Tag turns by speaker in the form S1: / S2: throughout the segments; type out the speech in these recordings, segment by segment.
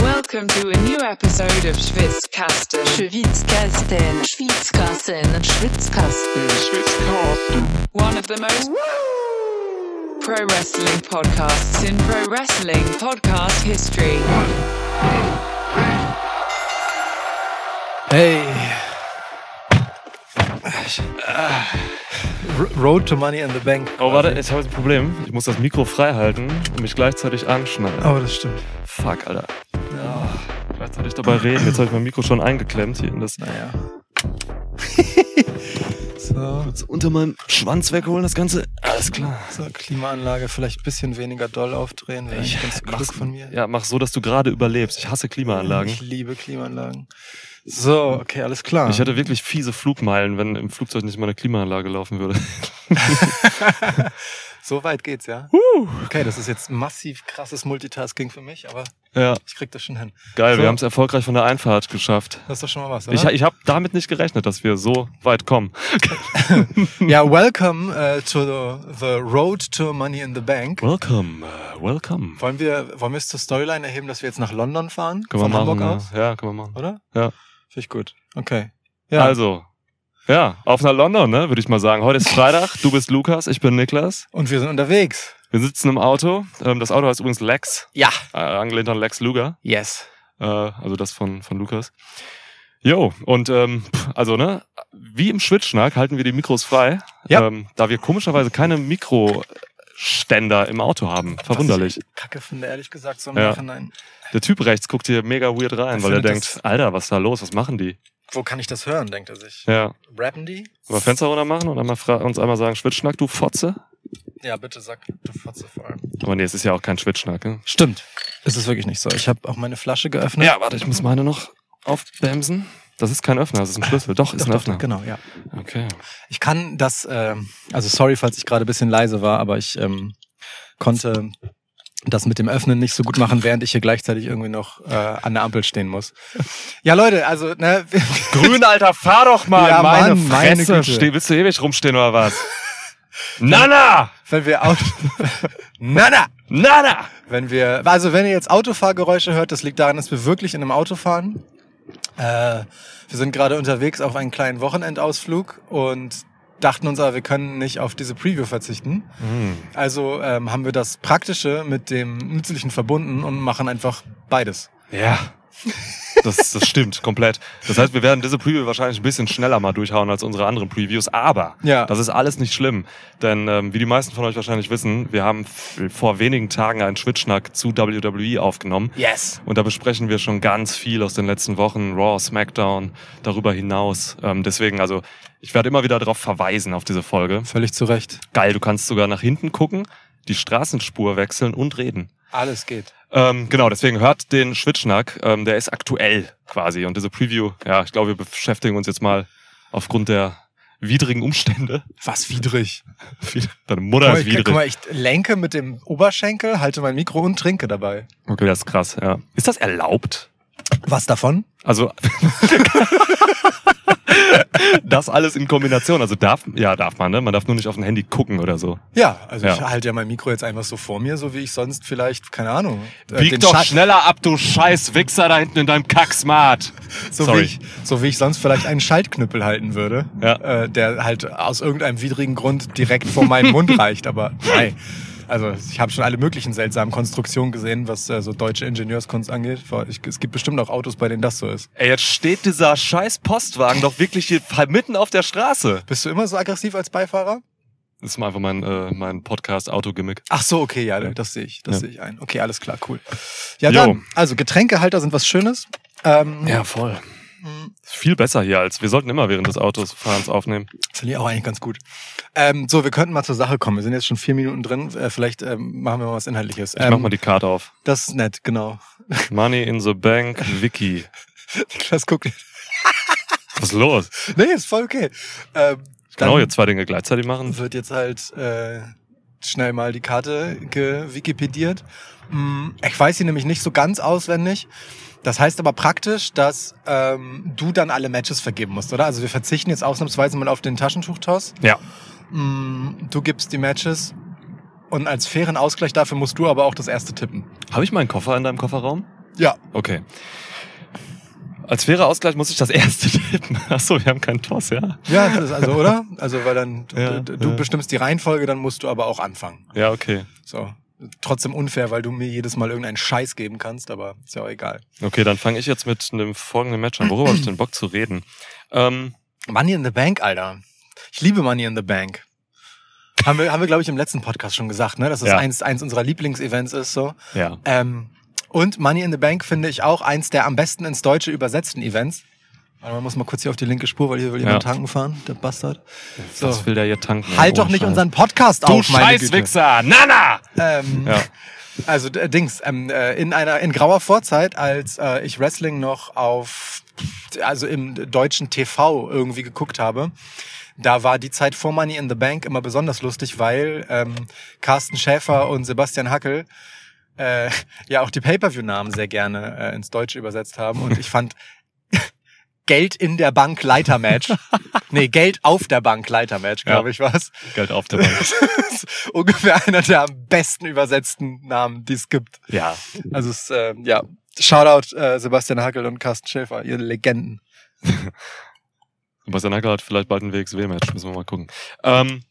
S1: welcome to a new episode of Schwitzkasten.
S2: Schwitzkasten, Schwitzkasten, Schwitzkasten.
S1: One of the most pro wrestling podcasts in pro wrestling podcast history.
S3: Hey. R- Road to Money in the Bank.
S4: Oh, warte, jetzt habe ich ein Problem. Ich muss das Mikro frei halten und mich gleichzeitig anschneiden.
S3: Oh, das stimmt.
S4: Fuck, Alter. Gleichzeitig dabei reden. Jetzt habe ich mein Mikro schon eingeklemmt hier in das.
S3: Naja. so,
S4: Unter meinem Schwanz wegholen, das Ganze. Alles klar.
S3: so, Klimaanlage vielleicht ein bisschen weniger doll aufdrehen. Wäre eigentlich ganz klug von mir.
S4: Ja, mach so, dass du gerade überlebst. Ich hasse Klimaanlagen.
S3: Ich liebe Klimaanlagen. So, okay, alles klar.
S4: Ich hätte wirklich fiese Flugmeilen, wenn im Flugzeug nicht mal eine Klimaanlage laufen würde.
S3: so weit geht's, ja? Okay, das ist jetzt massiv krasses Multitasking für mich, aber
S4: Ja,
S3: ich krieg das schon hin.
S4: geil.
S3: So.
S4: Wir haben es erfolgreich von der Einfahrt geschafft.
S3: Das ist doch schon mal was, oder?
S4: Ich, ich habe damit nicht gerechnet, dass wir so weit kommen.
S3: ja, welcome äh, to the, the road to Money in the Bank.
S4: Welcome, äh, welcome.
S3: Wollen wir, wollen wir es zur Storyline erheben, dass wir jetzt nach London fahren?
S4: Können wir
S3: von
S4: machen.
S3: Hamburg
S4: ja.
S3: aus?
S4: Ja, können wir machen.
S3: Oder?
S4: Ja.
S3: Finde ich gut. Okay. Ja.
S4: Also, ja, auf nach London, ne, würde ich mal sagen. Heute ist Freitag, du bist Lukas, ich bin Niklas.
S3: Und wir sind unterwegs.
S4: Wir sitzen im Auto. Ähm, das Auto heißt übrigens Lex,
S3: Ja.
S4: äh, angelehnt an Lex Luger,
S3: Yes.
S4: äh, also das von, von Lukas. Jo, und ähm, pff, also, ne, wie im Schwitzschnack halten wir die Mikros frei,
S3: Ja.
S4: ähm, da wir komischerweise keine Mikroständer im Auto haben. Verwunderlich.
S3: Was ich Kacke finde, ehrlich gesagt, so im
S4: Ja.
S3: Nachhinein.
S4: Der Typ rechts guckt hier mega weird rein,
S3: Ich
S4: weil er
S3: finde
S4: denkt,
S3: das-
S4: Alter, was ist da los? Was machen die?
S3: Wo kann ich das hören, denkt er sich.
S4: Ja.
S3: Rappen die?
S4: Mal Fenster runter machen und einmal fra- uns einmal sagen, Schwitzschnack, du Fotze.
S3: Ja, bitte sag du Fotze vor allem.
S4: Aber nee, es ist ja auch kein Schwitzschnack, ne?
S3: Stimmt. Es ist wirklich nicht so. Ich habe auch meine Flasche geöffnet.
S4: Ja, warte, ich muss meine noch aufbremsen. Das ist kein Öffner, das ist ein Schlüssel. Doch, ist
S3: Doch,
S4: ein
S3: doch,
S4: Öffner.
S3: doch, genau, ja.
S4: Okay.
S3: Ich kann das, ähm, also sorry, falls ich gerade ein bisschen leise war, aber ich ähm, konnte das mit dem Öffnen nicht so gut machen, während ich hier gleichzeitig irgendwie noch äh, an der Ampel stehen muss. Ja, Leute, also, ne,
S4: Grün, Alter, fahr doch mal.
S3: Ja,
S4: meine
S3: Mann, meine
S4: Fresse.
S3: Güte.
S4: Steh, willst du ewig rumstehen oder was? Nana!
S3: wenn wir Auto. na, na!
S4: Nana!
S3: Wenn wir, also wenn ihr jetzt Autofahrgeräusche hört, das liegt daran, dass wir wirklich in einem Auto fahren. Äh, wir sind gerade unterwegs auf einen kleinen Wochenendausflug und dachten uns aber, wir können nicht auf diese Preview verzichten. Also ähm, haben wir das Praktische mit dem Nützlichen verbunden und machen einfach beides.
S4: Ja. Das, das stimmt, komplett. Das heißt, wir werden diese Preview wahrscheinlich ein bisschen schneller mal durchhauen als unsere anderen Previews, aber
S3: Ja.
S4: das ist alles nicht schlimm. Denn ähm, wie die meisten von euch wahrscheinlich wissen, wir haben f- vor wenigen Tagen einen Schwitzschnack zu WWE aufgenommen.
S3: Yes.
S4: Und da besprechen wir schon ganz viel aus den letzten Wochen, Raw, SmackDown, darüber hinaus. Ähm, deswegen, also ich werde immer wieder darauf verweisen, auf diese Folge.
S3: Völlig zu Recht.
S4: Geil, du kannst sogar nach hinten gucken, die Straßenspur wechseln und reden.
S3: Alles geht.
S4: Ähm, genau, deswegen hört den Schwitschnack, ähm, der ist aktuell quasi. Und diese Preview, ja, ich glaube, wir beschäftigen uns jetzt mal aufgrund der widrigen Umstände.
S3: Was widrig.
S4: Deine Mutter ist
S3: guck, mal, guck mal,
S4: widrig.
S3: ich lenke mit dem Oberschenkel, halte mein Mikro und trinke dabei.
S4: Okay, das ist krass, ja. Ist das erlaubt?
S3: Was davon?
S4: Also das alles in Kombination. Also darf ja darf man, ne? Man darf nur nicht auf ein Handy gucken oder so.
S3: Ja, also ich
S4: Ja.
S3: halte ja mein Mikro jetzt einfach so vor mir, so wie ich sonst vielleicht, keine Ahnung, äh,
S4: Bieg
S3: den
S4: doch
S3: Schal-
S4: schneller ab, du scheiß Wichser da hinten in deinem Kacksmart.
S3: so wie
S4: Sorry.
S3: ich, so wie ich sonst vielleicht einen Schaltknüppel halten würde,
S4: Ja.
S3: äh, der halt aus irgendeinem widrigen Grund direkt vor meinen Mund reicht, aber nein. Also ich habe schon alle möglichen seltsamen Konstruktionen gesehen, was äh, so deutsche Ingenieurskunst angeht. Ich, es gibt bestimmt auch Autos, bei denen das so ist.
S4: Ey, jetzt steht dieser scheiß Postwagen doch wirklich hier halt mitten auf der Straße.
S3: Bist du immer so aggressiv als Beifahrer?
S4: Das ist mal einfach mein, äh, mein Podcast-Auto-Gimmick.
S3: Ach so, okay, ja, das sehe ich, das
S4: Ja.
S3: sehe ich ein. Okay, alles klar, cool. Ja,
S4: Jo.
S3: dann, also Getränkehalter sind was Schönes. Ähm,
S4: voll. Viel besser hier als wir sollten immer während des Autos Fahrens aufnehmen.
S3: Finde ich auch eigentlich ganz gut. Ähm, so, wir könnten mal zur Sache kommen. Wir sind jetzt schon vier Minuten drin. Äh, vielleicht ähm, machen wir mal was Inhaltliches. Ähm,
S4: Ich mach mal die Karte auf.
S3: das ist nett, genau.
S4: Money in the Bank, Wiki.
S3: Niklas guckt.
S4: Was ist los?
S3: Nee, ist voll okay. Ähm,
S4: Genau, jetzt zwei Dinge gleichzeitig machen.
S3: wird jetzt halt äh, schnell mal die Karte gewikipediert. Hm, Ich weiß sie nämlich nicht so ganz auswendig. Das heißt aber praktisch, dass ähm, du dann alle Matches vergeben musst, oder? Also wir verzichten jetzt ausnahmsweise mal auf den Taschentuchtoss.
S4: Ja.
S3: Hm, Du gibst die Matches und als fairen Ausgleich dafür musst du aber auch das erste tippen.
S4: Habe ich meinen Koffer in deinem Kofferraum?
S3: Ja.
S4: Okay. Als fairer Ausgleich muss ich das erste tippen. Achso, wir haben kein Toss, ja?
S3: Ja, das ist also, oder? Also, weil dann
S4: Ja,
S3: du, du
S4: ja.
S3: bestimmst die Reihenfolge, dann musst du aber auch anfangen.
S4: Ja, okay.
S3: So. Trotzdem unfair, weil du mir jedes Mal irgendeinen Scheiß geben kannst, aber ist ja auch egal.
S4: Okay, dann fange ich jetzt mit einem folgenden Match an. Worüber hab ich denn Bock zu reden? Ähm,
S3: Money in the Bank, Alter. Ich liebe Money in the Bank. Haben wir, haben wir glaube ich, im letzten Podcast schon gesagt, ne? dass das
S4: Ja.
S3: eins, eins unserer Lieblingsevents ist. so.
S4: ja.
S3: Ähm, und Money in the Bank finde ich auch eins der am besten ins Deutsche übersetzten Events. Warte, man muss mal kurz hier auf die linke Spur, weil hier will jemand
S4: Ja.
S3: tanken fahren, der Bastard. So.
S4: Was will der hier tanken?
S3: halt
S4: Oh,
S3: doch nicht
S4: Scheiß.
S3: unseren Podcast
S4: Du
S3: auf, meine Güte.
S4: Scheißwichser! Nana!
S3: Ähm,
S4: Ja.
S3: Also d- Dings, ähm, äh, in einer in grauer Vorzeit, als äh, ich Wrestling noch auf also im deutschen TV irgendwie geguckt habe, da war die Zeit vor Money in the Bank immer besonders lustig, weil ähm, Carsten Schäfer und Sebastian Hackel äh, ja auch die Pay-per-view-Namen sehr gerne äh, ins Deutsche übersetzt haben und ich fand Geld in der Bank Leitermatch. nee, Geld auf der Bank Leitermatch, glaube
S4: Ja.
S3: ich, war's.
S4: Geld auf der Bank.
S3: Das ist ungefähr einer der am besten übersetzten Namen, die es gibt.
S4: ja.
S3: Also es, äh, ja, Shoutout äh, Sebastian Hackel und Carsten Schäfer, ihr Legenden.
S4: Sebastian Hackel hat vielleicht bald ein WXW-Match. Müssen wir mal gucken. Ähm,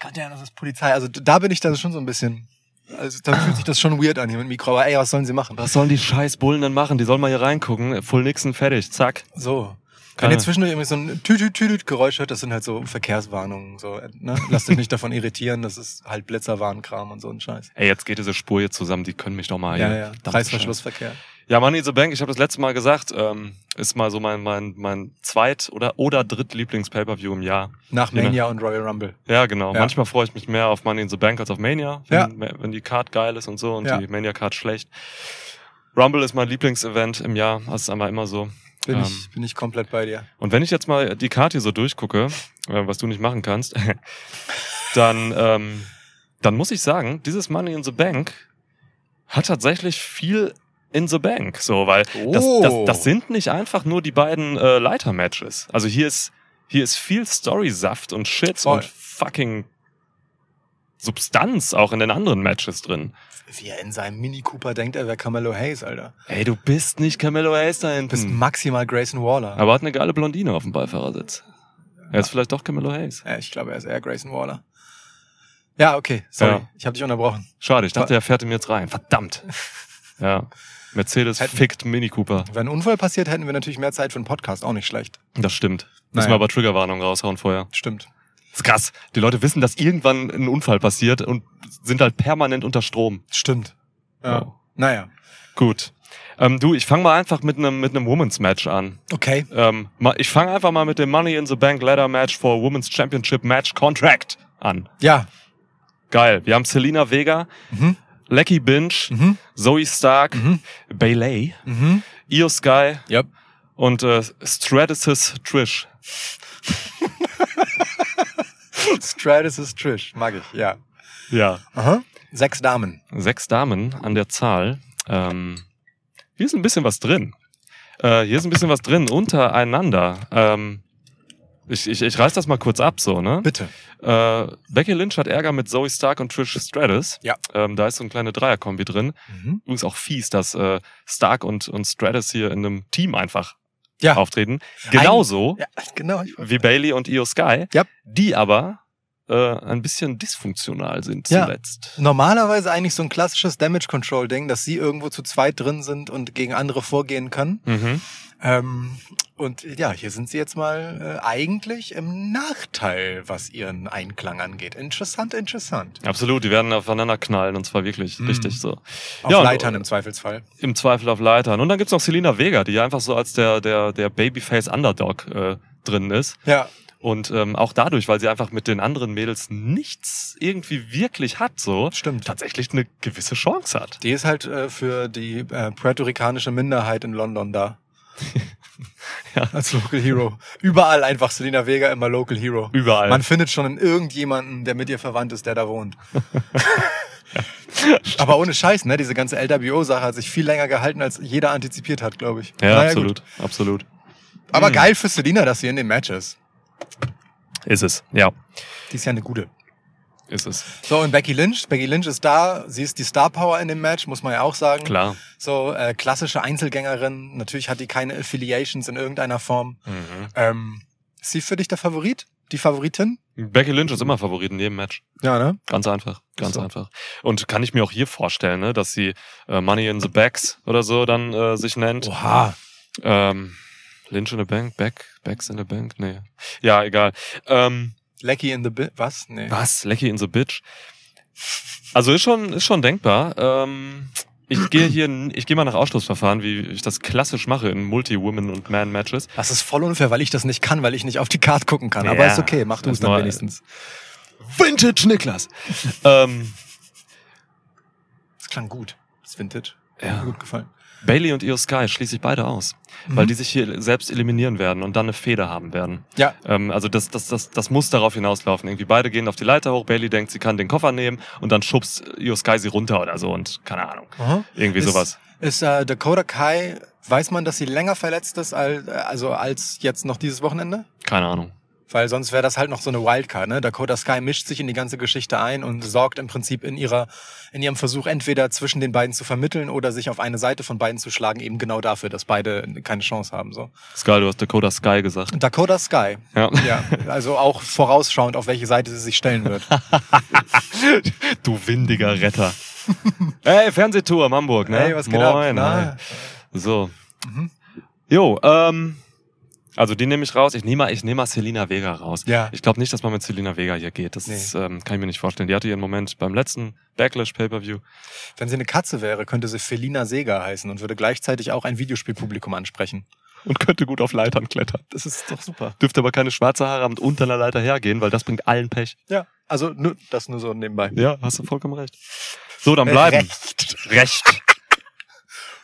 S3: Gott, ja, das ist Polizei. Also d- da bin ich dann schon so ein bisschen, also da fühlt sich das schon weird an hier mit dem Mikro. Aber ey, was sollen sie machen?
S4: was sollen die scheiß Bullen denn machen? Die sollen mal hier reingucken. Full Nixon, fertig. Zack.
S3: So. Wenn
S4: Keine.
S3: ihr zwischendurch irgendwie so ein Tütütütüt-Geräusch hört, das sind halt so Verkehrswarnungen. So, ne? Lasst euch nicht davon irritieren, das ist halt Blitzerwarnkram und so ein Scheiß.
S4: Ey, jetzt geht diese Spur hier zusammen. Die können mich doch mal
S3: Ah, Ja,
S4: hier.
S3: ja,
S4: Verdammte
S3: Reißverschlussverkehr.
S4: Scheiße. Ja, Money in the Bank, ich habe das letzte Mal gesagt, ähm, ist mal so mein, mein, mein zweit- oder, oder dritt-Lieblings-Pay-Per-View im Jahr.
S3: Nach
S4: Genau.
S3: Mania und Royal Rumble.
S4: Ja, genau.
S3: Ja.
S4: Manchmal freue ich mich mehr auf Money in the Bank als auf Mania, wenn, wenn die Card geil ist und so und
S3: Ja.
S4: die Mania-Card schlecht. Rumble ist mein Lieblingsevent im Jahr, das ist einmal immer so.
S3: Bin,
S4: Ähm.
S3: ich, bin ich komplett bei dir.
S4: Und wenn ich jetzt mal die Card hier so durchgucke, äh, was du nicht machen kannst, dann, ähm, dann muss ich sagen, dieses Money in the Bank hat tatsächlich viel in the Bank, so, weil das,
S3: Oh.
S4: das, das sind nicht einfach nur die beiden äh, Leiter-Matches. Also hier ist, hier ist viel Story-Saft und Shit
S3: Voll.
S4: und fucking Substanz auch in den anderen Matches drin.
S3: Wie er in seinem Mini Cooper denkt, er wäre Camelo Hayes, Alter.
S4: Ey, du bist nicht Camelo Hayes da
S3: Du bist
S4: hinten.
S3: maximal Grayson Waller.
S4: Hm. Aber hat eine geile Blondine auf dem Beifahrersitz. Er ist vielleicht doch Camelo Hayes.
S3: ja, Äh, ich glaube, er ist eher Grayson Waller. Ja, okay, sorry.
S4: Ja.
S3: Ich habe dich unterbrochen.
S4: Schade, ich dachte, er fährt ihm jetzt rein. Verdammt. Ja. Mercedes
S3: Hätten-
S4: fickt Mini Cooper.
S3: Wenn ein Unfall passiert, hätten wir natürlich mehr Zeit für einen Podcast. Auch nicht schlecht.
S4: Das stimmt. Müssen
S3: Naja.
S4: wir aber Triggerwarnung raushauen vorher.
S3: Stimmt.
S4: Ist krass. Die Leute wissen, dass irgendwann ein Unfall passiert und sind halt permanent unter Strom.
S3: Stimmt. Ja.
S4: Wow.
S3: Naja.
S4: Gut. Ähm, du, ich fange mal einfach mit einem mit einem Women's Match an.
S3: Okay.
S4: Ähm, ma- ich fange einfach mal mit dem Money in the Bank Ladder Match for Women's Championship Match Contract an.
S3: Ja.
S4: Geil. Wir haben Selina Vega,
S3: Mhm.
S4: Lecky Binge,
S3: Mhm.
S4: Zoe Stark,
S3: Mhm.
S4: Bayley,
S3: Mhm.
S4: Io Sky,
S3: Ja.
S4: und äh, Stratasys Trish.
S3: Stratus ist Trish. Mag ich, ja.
S4: Ja.
S3: Aha. Sechs Damen.
S4: Sechs Damen an der Zahl. Ähm, hier ist ein bisschen was drin. Äh, hier ist ein bisschen was drin untereinander. Ähm, ich, ich, ich reiß das mal kurz ab, so, ne?
S3: Bitte.
S4: Äh, Becky Lynch hat Ärger mit Zoe Stark und Trish Stratus.
S3: Ja.
S4: Ähm, da ist so eine kleine Dreierkombi drin.
S3: Mhm.
S4: Übrigens auch fies, dass äh, Stark und, und Stratus hier in einem Team einfach
S3: Ja.
S4: auftreten. Genauso
S3: Ja, genau. Ich-
S4: wie Bailey und Io Sky,
S3: Ja.
S4: die aber äh, ein bisschen dysfunktional sind
S3: Ja.
S4: zuletzt.
S3: Normalerweise eigentlich so ein klassisches Damage Control Ding, dass sie irgendwo zu zweit drin sind und gegen andere vorgehen können.
S4: Mhm.
S3: Ähm, und ja, hier sind sie jetzt mal äh, eigentlich im Nachteil, was ihren Einklang angeht. Interessant, interessant.
S4: Absolut, die werden aufeinander knallen und zwar wirklich
S3: Mhm.
S4: richtig so.
S3: Auf
S4: Ja, und- äh,
S3: Leitern im Zweifelsfall.
S4: Im Zweifel auf Leitern. Und dann gibt's noch Selina Vega, die einfach so als der, der, der Babyface Underdog äh, drin ist.
S3: Ja,
S4: Und ähm, auch dadurch, weil sie einfach mit den anderen Mädels nichts irgendwie wirklich hat, so
S3: stimmt.
S4: tatsächlich eine gewisse Chance hat.
S3: Die ist halt äh, für die äh, puerto-ricanische Minderheit in London da.
S4: Ja.
S3: Als Local Hero. Überall einfach Selena Vega immer Local Hero.
S4: Überall.
S3: Man findet schon in irgendjemanden, der mit ihr verwandt ist, der da wohnt. Aber ohne Scheiß, ne? Diese ganze LWO-Sache hat sich viel länger gehalten, als jeder antizipiert hat, glaube ich.
S4: ja,
S3: Naja,
S4: absolut, absolut.
S3: Gut. Aber
S4: Mhm.
S3: geil für Selena, dass sie in dem Match ist.
S4: Ist es, ja,
S3: Die ist ja eine gute.
S4: ist es.
S3: So, und Becky Lynch. Becky Lynch ist da. Sie ist die Star Power in dem Match, muss man ja auch sagen.
S4: Klar.
S3: So äh, klassische Einzelgängerin. Natürlich hat die keine Affiliations in irgendeiner Form.
S4: Mhm.
S3: Ähm, ist sie für dich der Favorit? Die Favoritin?
S4: Becky Lynch ist immer Favorit in jedem Match.
S3: Ja, ne?
S4: Ganz einfach, ganz
S3: so.
S4: einfach. Und kann ich mir auch hier vorstellen, ne, dass sie äh, Money in the Bags oder so dann äh, sich nennt.
S3: Oha.
S4: Ähm, Lynch in the Bank, Back, Backs in the Bank, nee. Ja, egal. Ähm,
S3: Lecky in the Bi Was? Nee.
S4: was? Lecky in the Bitch. Also ist schon, ist schon denkbar. Ähm, ich gehe hier, n- ich gehe mal nach Ausschlussverfahren, wie ich das klassisch mache in Multi-Women und Man-Matches.
S3: Das ist voll unfair, weil ich das nicht kann, weil ich nicht auf die Card gucken kann. Aber
S4: Ja.
S3: ist okay, mach du es
S4: Ist
S3: dann
S4: neu.
S3: wenigstens.
S4: Vintage Niklas! ähm,
S3: Das klang gut. Das ist Vintage.
S4: Ja.
S3: Hat mir gut gefallen.
S4: Bailey und Io Sky schließe ich beide aus,
S3: Mhm.
S4: weil die sich hier selbst eliminieren werden und dann eine Feder haben werden.
S3: Ja.
S4: Ähm, also das, das, das, das muss darauf hinauslaufen. Irgendwie beide gehen auf die Leiter hoch, Bailey denkt, sie kann den Koffer nehmen und dann schubst Io Sky sie runter oder so und keine Ahnung.
S3: Aha.
S4: Irgendwie
S3: Ist-
S4: sowas.
S3: Ist äh, Dakota Kai, weiß man, dass sie länger verletzt ist, als, also als jetzt noch dieses Wochenende?
S4: Keine Ahnung.
S3: Weil sonst wäre das halt noch so eine Wildcard, ne? Dakota Sky mischt sich in die ganze Geschichte ein und sorgt im Prinzip in ihrer, in ihrem Versuch, entweder zwischen den beiden zu vermitteln oder sich auf eine Seite von beiden zu schlagen, eben genau dafür, dass beide keine Chance haben, so.
S4: Ist geil, du hast Dakota Sky gesagt.
S3: Dakota Sky.
S4: Ja.
S3: Ja. Also auch vorausschauend, auf welche Seite sie sich stellen wird.
S4: Du windiger Retter. hey, Fernsehtour am Hamburg, ne?
S3: Hey, was geht ab?
S4: Moin,
S3: Na? Mhm.
S4: hi. So. Jo, ähm, also die nehme ich raus. Ich nehme mal, ich nehme mal Selina Vega raus.
S3: Ja.
S4: Ich glaube nicht, dass man mit Selina Vega hier geht. Das
S3: Nee.
S4: ist, ähm, kann ich mir nicht vorstellen. Die hatte ihren Moment beim letzten Backlash Pay-Per-View.
S3: Wenn sie eine Katze wäre, könnte sie Felina Sega heißen und würde gleichzeitig auch ein Videospielpublikum ansprechen.
S4: und könnte gut auf Leitern klettern.
S3: Das ist doch super.
S4: Dürfte aber keine schwarze Haare haben und unter einer Leiter hergehen, weil das bringt allen Pech.
S3: Ja, also nur, das nur so nebenbei.
S4: Ja, hast du vollkommen recht. So, dann
S3: Äh,
S4: bleiben. Recht.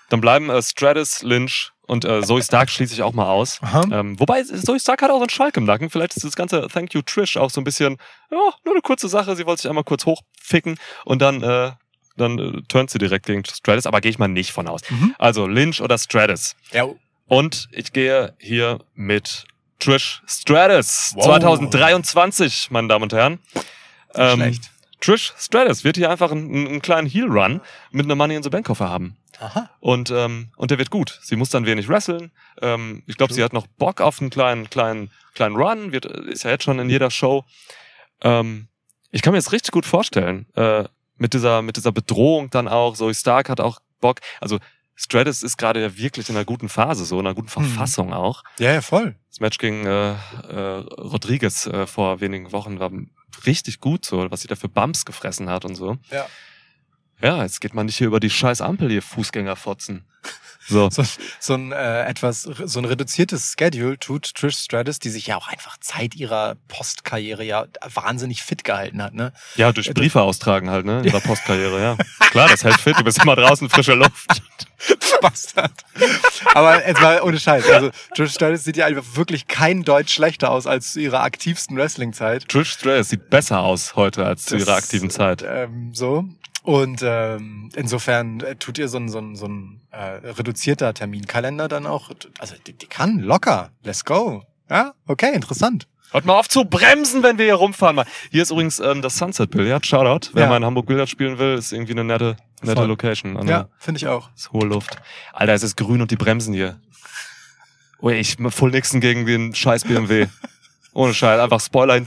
S4: Dann bleiben äh, Stratus, Lynch und äh, Zoe Stark schließe ich auch mal aus.
S3: Aha.
S4: Ähm, wobei, Zoe Stark hat auch so einen Schalk im Nacken. Vielleicht ist das ganze Thank You Trish auch so ein bisschen, ja, nur eine kurze Sache. Sie wollte sich einmal kurz hochficken und dann, äh, dann äh, turnt sie direkt gegen Stratus. Aber gehe ich mal nicht von aus.
S3: Mhm.
S4: Also Lynch oder Stratus.
S3: Ja,
S4: Und ich gehe hier mit Trish Stratus
S3: Wow.
S4: 2023, meine Damen und Herren. Ähm,
S3: schlecht.
S4: Trish Stratus wird hier einfach einen, einen kleinen Heel-Run mit einem Money in the Bank Koffer haben.
S3: Aha.
S4: Und, ähm, und der wird gut. Sie muss dann wenig wresteln. Ähm, ich glaube, sie hat noch Bock auf einen kleinen, kleinen, kleinen Run. Wird, ist ja jetzt schon in jeder Show. Ähm, ich kann mir jetzt richtig gut vorstellen, äh, mit dieser, mit dieser Bedrohung dann auch. Zoe Stark hat auch Bock. Also, Stratus ist gerade ja wirklich in einer guten Phase, so in einer guten Verfassung auch.
S3: Ja, ja, voll.
S4: Das Match gegen äh, äh, Rodriguez äh, vor wenigen Wochen war richtig gut, so was sie da für Bumps gefressen hat und so.
S3: Ja.
S4: Ja, jetzt geht man nicht hier über die scheiß Ampel, ihr Fußgängerfotzen. So.
S3: So, so ein äh, etwas, so ein reduziertes Schedule tut Trish Stratus, die sich ja auch einfach Zeit ihrer Postkarriere ja wahnsinnig fit gehalten hat, ne?
S4: Ja, durch Briefe austragen halt, ne? In ihrer Postkarriere, ja. Klar, das hält fit, du bist immer draußen frische Luft.
S3: Bastard. Aber jetzt mal ohne Scheiß. Also Trish Stratus sieht ja einfach wirklich kein Deutsch schlechter aus als zu ihrer aktivsten Wrestling-Zeit.
S4: Trish Stratus sieht besser aus heute als zu
S3: Das-
S4: ihrer aktiven Zeit.
S3: Ähm, so. Und ähm, insofern äh, tut ihr so ein, so ein, so ein äh, reduzierter Terminkalender dann auch. Also die, die kann locker. Let's go. Ja, okay, interessant.
S4: Hört mal auf zu bremsen, wenn wir hier rumfahren. Mal. Hier ist übrigens ähm, das Sunset Billard. Shoutout. Wer
S3: Ja.
S4: mal in Hamburg Billard spielen will, ist irgendwie eine nette, nette
S3: Voll.
S4: Location. An
S3: Ja, finde ich auch.
S4: Ist hohe Luft. Alter, es ist grün und die Bremsen hier. Ui, ich voll nixen gegen den scheiß BMW. Ohne Scheiß, einfach Spoiler hin.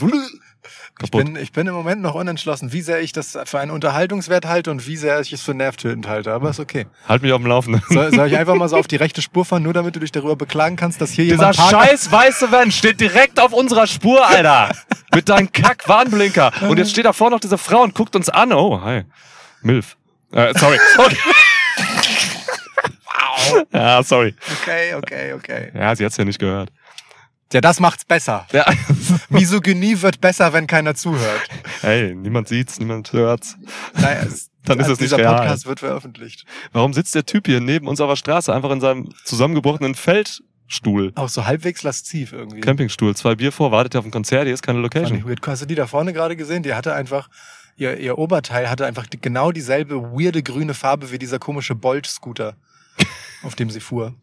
S3: Ich
S4: Kaputt.
S3: bin, ich bin im Moment noch unentschlossen, wie sehr ich das für einen Unterhaltungswert halte und wie sehr ich es für nervtötend halte. Aber ist okay.
S4: Halt mich auf dem Laufenden.
S3: Soll, soll ich einfach mal so auf die rechte Spur fahren, nur damit du dich darüber beklagen kannst, dass hier
S4: Dieser
S3: jemand parkt?
S4: scheiß weiße Van steht direkt auf unserer Spur, Alter. Mit deinem Kack-Warnblinker. Und jetzt steht da vorne noch diese Frau und guckt uns an. Oh, hi. Milf. Äh, sorry. Okay. Ja, sorry.
S3: Okay, okay, okay.
S4: Ja, sie hat's ja nicht gehört.
S3: Ja, das macht's besser.
S4: Ja.
S3: Misogynie wird besser, wenn keiner zuhört.
S4: Hey, niemand sieht's, niemand hört's.
S3: Naja, es- also
S4: Dann ist es
S3: dieser
S4: nicht real.
S3: Podcast wird veröffentlicht.
S4: Warum sitzt der Typ hier neben uns auf der Straße einfach in seinem zusammengebrochenen Feldstuhl?
S3: Auch so halbwegs lasziv irgendwie.
S4: Campingstuhl, zwei Bier vor, wartet ja auf ein Konzert, hier ist keine
S3: Fand ich
S4: Location.
S3: weird. Hast du die da vorne gerade gesehen? Die hatte einfach, ihr, ihr Oberteil hatte einfach die, genau dieselbe weirde grüne Farbe wie dieser komische Bolt-Scooter, auf dem sie fuhr.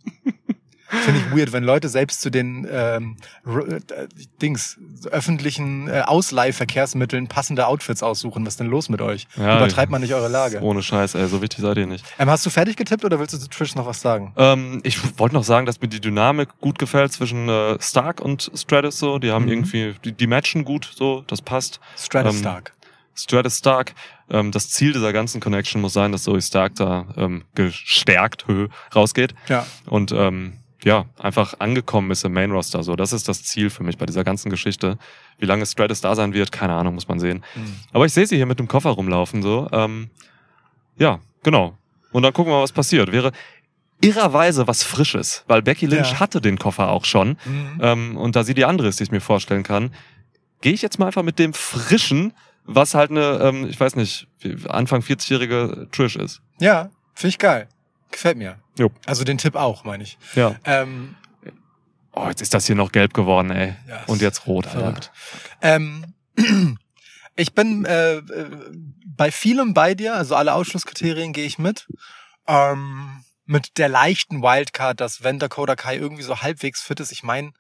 S3: Finde ich weird, wenn Leute selbst zu den ähm, R- äh, Dings, öffentlichen äh, Ausleihverkehrsmitteln passende Outfits aussuchen. Was ist denn los mit euch?
S4: Ja,
S3: Übertreibt man nicht eure Lage.
S4: Ohne Scheiß, ey, so wichtig seid ihr nicht.
S3: Ähm, hast du fertig getippt oder willst du zu Trish noch was sagen?
S4: Ähm, ich wollte noch sagen, dass mir die Dynamik gut gefällt zwischen äh, Stark und Stratus so. Die haben
S3: Mhm.
S4: irgendwie, die, die matchen gut so, das passt.
S3: Stratus
S4: Ähm,
S3: Stark.
S4: Stratus Stark, ähm, das Ziel dieser ganzen Connection muss sein, dass Zoe Stark da ähm, gestärkt hö, rausgeht
S3: Ja.
S4: und ähm, ja, einfach angekommen ist im Main Roster. So, das ist das Ziel für mich bei dieser ganzen Geschichte. Wie lange Stratus da sein wird, keine Ahnung, muss man sehen.
S3: Mhm.
S4: Aber ich sehe sie hier mit dem Koffer rumlaufen, so. Ähm, ja, genau. Und dann gucken wir mal, was passiert. Wäre irrerweise was Frisches, weil Becky Lynch
S3: Ja.
S4: hatte den Koffer auch schon.
S3: Mhm.
S4: Ähm, und da sie die andere ist, die ich mir vorstellen kann, gehe ich jetzt mal einfach mit dem Frischen, was halt eine, ähm, ich weiß nicht, wie- Anfang 40-jährige Trish ist.
S3: Ja, finde ich geil. Gefällt mir.
S4: Jo.
S3: Also den Tipp auch, meine ich.
S4: Ja.
S3: Ähm,
S4: Oh, jetzt ist das hier noch gelb geworden, ey.
S3: Ja,
S4: und jetzt rot,
S3: verrückt.
S4: Alter.
S3: Ähm, ich bin äh, äh, bei vielem bei dir, also alle Ausschlusskriterien gehe ich mit. Ähm, mit der leichten Wildcard, dass wenn Dakota Kai irgendwie so halbwegs fit ist, ich meine,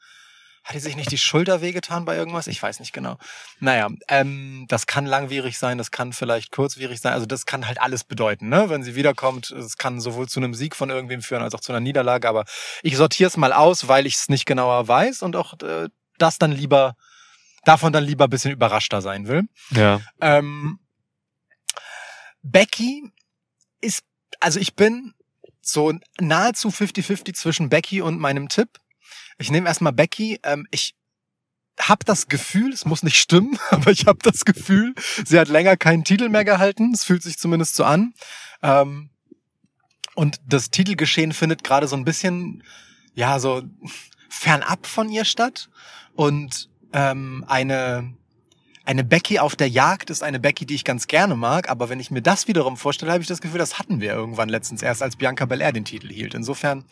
S3: hat die sich nicht die Schulter wehgetan bei irgendwas? Ich weiß nicht genau. Naja, ähm, das kann langwierig sein, das kann vielleicht kurzwierig sein. Also das kann halt alles bedeuten, ne? Wenn sie wiederkommt, es kann sowohl zu einem Sieg von irgendwem führen als auch zu einer Niederlage. Aber ich sortiere es mal aus, weil ich es nicht genauer weiß und auch äh, das dann lieber, davon dann lieber ein bisschen überraschter sein will.
S4: Ja.
S3: Ähm, Becky ist, also ich bin so nahezu 50-50 zwischen Becky und meinem Tipp. Ich nehme erstmal Becky. Ähm, ich habe das Gefühl, es muss nicht stimmen, aber ich habe das Gefühl, sie hat länger keinen Titel mehr gehalten. Es fühlt sich zumindest so an. Ähm, und das Titelgeschehen findet gerade so ein bisschen, ja, so fernab von ihr statt. Und ähm, eine eine Becky auf der Jagd ist eine Becky, die ich ganz gerne mag, aber wenn ich mir das wiederum vorstelle, habe ich das Gefühl, das hatten wir irgendwann letztens erst, als Bianca Belair den Titel hielt. Insofern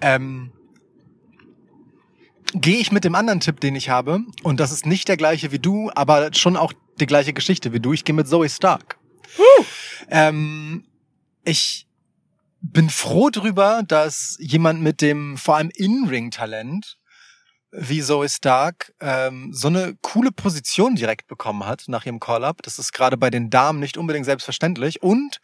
S3: ähm, gehe ich mit dem anderen Tipp, den ich habe, und das ist nicht der gleiche wie du, aber schon auch die gleiche Geschichte wie du. Ich gehe mit Zoe Stark. Ähm, ich bin froh drüber, dass jemand mit dem vor allem In-Ring-Talent wie Zoe Stark ähm, so eine coole Position direkt bekommen hat nach ihrem Call-Up. Das ist gerade bei den Damen nicht unbedingt selbstverständlich. Und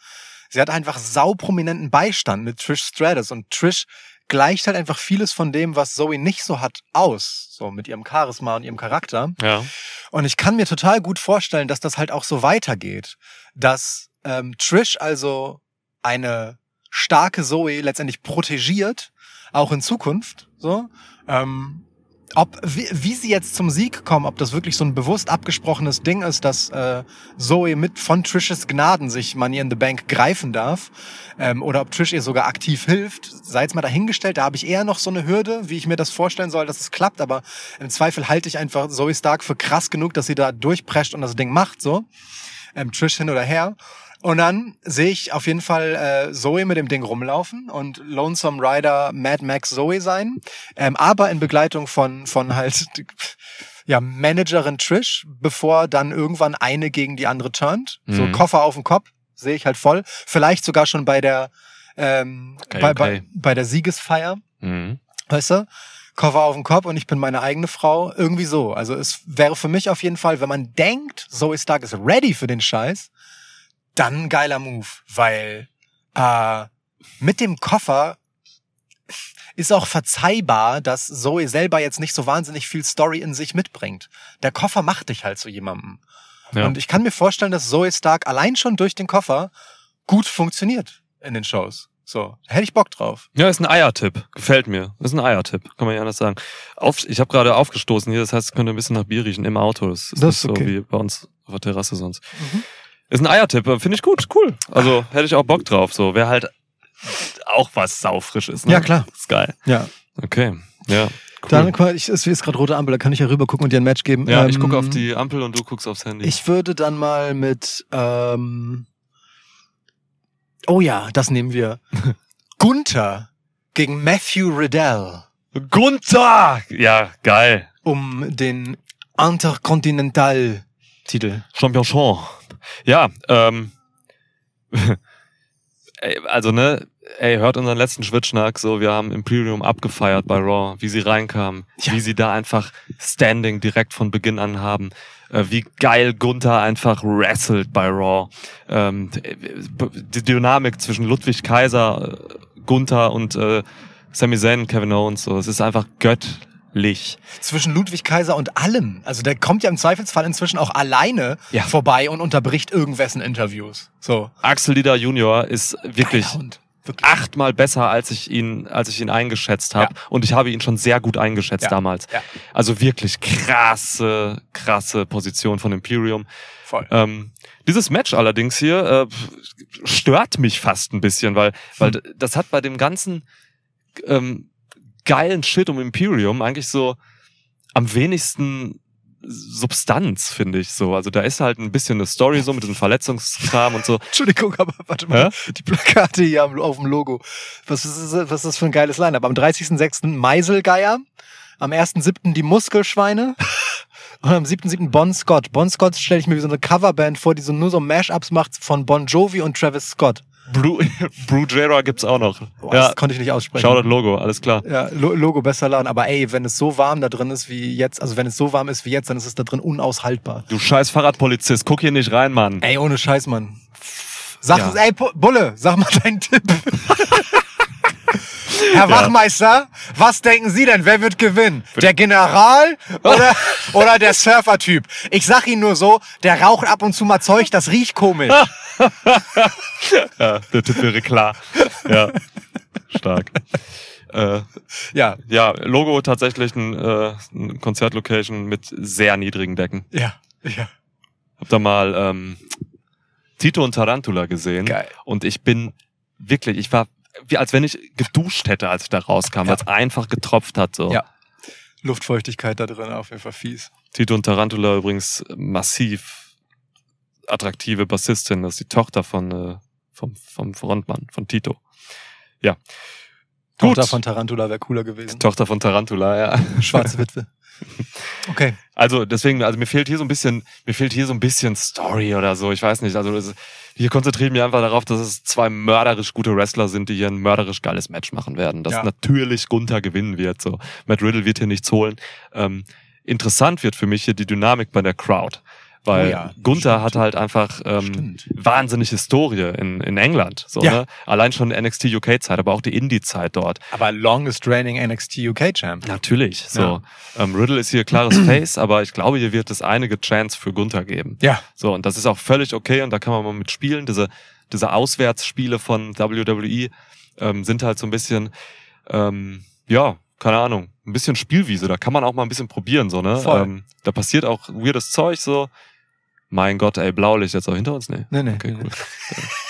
S3: sie hat einfach sauprominenten Beistand mit Trish Stratus. Und Trish gleicht halt einfach vieles von dem, was Zoe nicht so hat, aus. So mit ihrem Charisma und ihrem Charakter.
S4: Ja.
S3: Und ich kann mir total gut vorstellen, dass das halt auch so weitergeht. Dass ähm, Trish also eine starke Zoe letztendlich protegiert, auch in Zukunft. So. Ähm, ob, wie, wie sie jetzt zum Sieg kommen, ob das wirklich so ein bewusst abgesprochenes Ding ist, dass äh, Zoe mit von Trishes Gnaden sich Money in the Bank greifen darf, ähm, oder ob Trish ihr sogar aktiv hilft, sei jetzt mal dahingestellt. Da habe ich eher noch so eine Hürde, wie ich mir das vorstellen soll, dass es klappt, aber im Zweifel halte ich einfach Zoe Stark für krass genug, dass sie da durchprescht und das Ding macht, so. Ähm, Trish hin oder her. Und dann sehe ich auf jeden Fall äh, Zoe mit dem Ding rumlaufen und Lonesome Rider Mad Max Zoe sein, ähm, aber in Begleitung von, von halt ja, Managerin Trish, bevor dann irgendwann eine gegen die andere turnt. So
S4: Mhm.
S3: Koffer auf den Kopf, sehe ich halt voll. Vielleicht sogar schon bei der, ähm,
S4: Okay,
S3: bei,
S4: okay.
S3: Bei, bei der Siegesfeier
S4: Mhm.
S3: weißt du, Koffer auf dem Kopf und ich bin meine eigene Frau. Irgendwie so. Also es wäre für mich auf jeden Fall, wenn man denkt, Zoe Stark ist ready für den Scheiß, dann ein geiler Move, weil äh, mit dem Koffer ist auch verzeihbar, dass Zoe selber jetzt nicht so wahnsinnig viel Story in sich mitbringt. Der Koffer macht dich halt zu jemandem.
S4: Ja.
S3: Und ich kann mir vorstellen, dass Zoe Stark allein schon durch den Koffer gut funktioniert in den Shows. So, hätte ich Bock drauf.
S4: Ja, ist ein Eiertipp. Gefällt mir. Ist ein Eiertipp. Kann man ja anders sagen. Auf, ich habe gerade aufgestoßen hier, das heißt, es könnte ein bisschen nach Bier riechen im Auto. Das ist,
S3: Das ist
S4: nicht
S3: okay.
S4: so wie bei uns auf der Terrasse sonst.
S3: Mhm.
S4: Ist ein Eiertipp. äh, Finde ich gut. Cool. Also hätte ich auch Bock drauf. So wäre halt auch was saufrisch ist. Ne?
S3: Ja, klar.
S4: Ist geil.
S3: Ja,
S4: Okay. Ja. Cool.
S3: Dann, guck mal, ich, es ist gerade rote Ampel, da kann ich ja rüber gucken und dir ein Match geben.
S4: ja, ich
S3: Ähm,
S4: gucke auf die Ampel und du guckst aufs Handy.
S3: Ich würde dann mal mit. Ähm, oh ja, das nehmen wir. Gunther gegen Matthew Riddell
S4: Gunther! Ja, geil.
S3: um den Intercontinental-Titel.
S4: Championshon. Ja, ähm. ey, Also, ne, ey, hört unseren letzten Schwitschnack, so, wir haben Imperium abgefeiert bei Raw, wie sie reinkamen, wie sie da einfach Standing direkt von Beginn an haben, äh, wie geil Gunther einfach wrestelt bei Raw, ähm, die Dynamik zwischen Ludwig Kaiser, äh, Gunther und äh, Sami Zayn, Kevin Owens, so, es ist einfach göttlich.
S3: Zwischen Ludwig Kaiser und allem. Also der kommt ja im Zweifelsfall inzwischen auch alleine
S4: Ja.
S3: vorbei und unterbricht irgendwessen Interviews. So.
S4: Axel Dieter Junior ist wirklich
S3: Geiler Hund. Wirklich.
S4: achtmal besser, als ich ihn, als ich ihn eingeschätzt habe. Und ich habe ihn schon sehr gut eingeschätzt
S3: Ja.
S4: damals.
S3: Ja.
S4: Also wirklich krasse, krasse Position von Imperium.
S3: Voll.
S4: Ähm, dieses Match allerdings hier äh, stört mich fast ein bisschen, weil, weil
S3: Hm.
S4: d- das hat bei dem ganzen ähm, geilen Shit um Imperium eigentlich so am wenigsten Substanz, finde ich so. Also da ist halt ein bisschen eine Story so mit diesem Verletzungskram und so.
S3: Entschuldigung, aber warte mal. Die Plakate hier am- auf dem Logo. Was ist, das- was ist das für ein geiles Line-Up? Am 30.06. Meiselgeier. Am 1.07. die Muskelschweine. Und am 7.7. Bon Scott. Bon Scott stelle ich mir wie so eine Coverband vor, die so nur so Mashups macht von Bon Jovi und Travis Scott.
S4: Bru Brujera gibt's auch noch.
S3: Boah, Das konnte ich nicht aussprechen.
S4: Schau das Logo, alles klar.
S3: Ja, Lo Logo besser laden. Aber ey, wenn es so warm da drin ist wie jetzt, also wenn es so warm ist wie jetzt, dann ist es da drin unaushaltbar.
S4: Du scheiß Fahrradpolizist, guck hier nicht rein, Mann.
S3: Ey, ohne Scheiß, Mann. Sag,
S4: Ja.
S3: ey, Bu- Bulle, sag mal deinen Tipp. Herr Wachmeister, was denken Sie denn? Wer wird gewinnen? Der General oder, oder der Surfer-Typ? Ich sag Ihnen nur so, der raucht ab und zu mal Zeug, das riecht komisch.
S4: Ja, der Tipp wäre klar. Ja, stark. Äh,
S3: ja,
S4: ja, Logo tatsächlich ein, äh, ein Konzertlocation mit sehr niedrigen Decken.
S3: ja, ja.
S4: Hab da mal ähm, Tito und Tarantula gesehen.
S3: Geil.
S4: Und ich bin wirklich, ich war, wie als wenn ich geduscht hätte, als ich da rauskam, weil es einfach getropft hat. So.
S3: Ja. Luftfeuchtigkeit da drin, auf jeden Fall fies.
S4: Tito und Tarantula übrigens äh, massiv attraktive Bassistin, das ist die Tochter von äh, vom, vom Frontmann, von Tito. Ja. Gut.
S3: Tochter von Tarantula wäre cooler gewesen.
S4: Tochter von Tarantula, ja.
S3: Schwarze Witwe. Okay.
S4: Also deswegen, also mir fehlt hier so ein bisschen, mir fehlt hier so ein bisschen Story oder so. Ich weiß nicht. Also es, hier konzentrieren wir einfach darauf, dass es zwei mörderisch gute Wrestler sind, die hier ein mörderisch geiles Match machen werden. Dass
S3: Ja.
S4: natürlich Gunther gewinnen wird. So, Matt Riddle wird hier nichts holen. Ähm, interessant wird für mich hier die Dynamik bei der Crowd, weil
S3: Oh ja,
S4: Gunther
S3: stimmt.
S4: hat halt einfach ähm,
S3: Stimmt.
S4: wahnsinnig Historie in, in England. So,
S3: Ja.
S4: ne? Allein schon NXT UK Zeit, aber auch die Indie Zeit dort.
S3: Aber longest reigning NXT UK Champ.
S4: Natürlich. So.
S3: Ja.
S4: Ähm, Riddle ist hier klares Face, aber ich glaube, hier wird es einige Chance für Gunther geben.
S3: Ja.
S4: So, und das ist auch völlig okay und da kann man mal mit spielen. Diese, diese Auswärtsspiele von WWE ähm, sind halt so ein bisschen, ähm, ja, keine Ahnung, ein bisschen Spielwiese. Da kann man auch mal ein bisschen probieren, so, ne?
S3: Voll.
S4: Ähm, da passiert auch weirdes Zeug, so. Mein Gott, ey, Blaulicht jetzt auch hinter uns? Nee.
S3: Nee, nee.
S4: Okay, cool.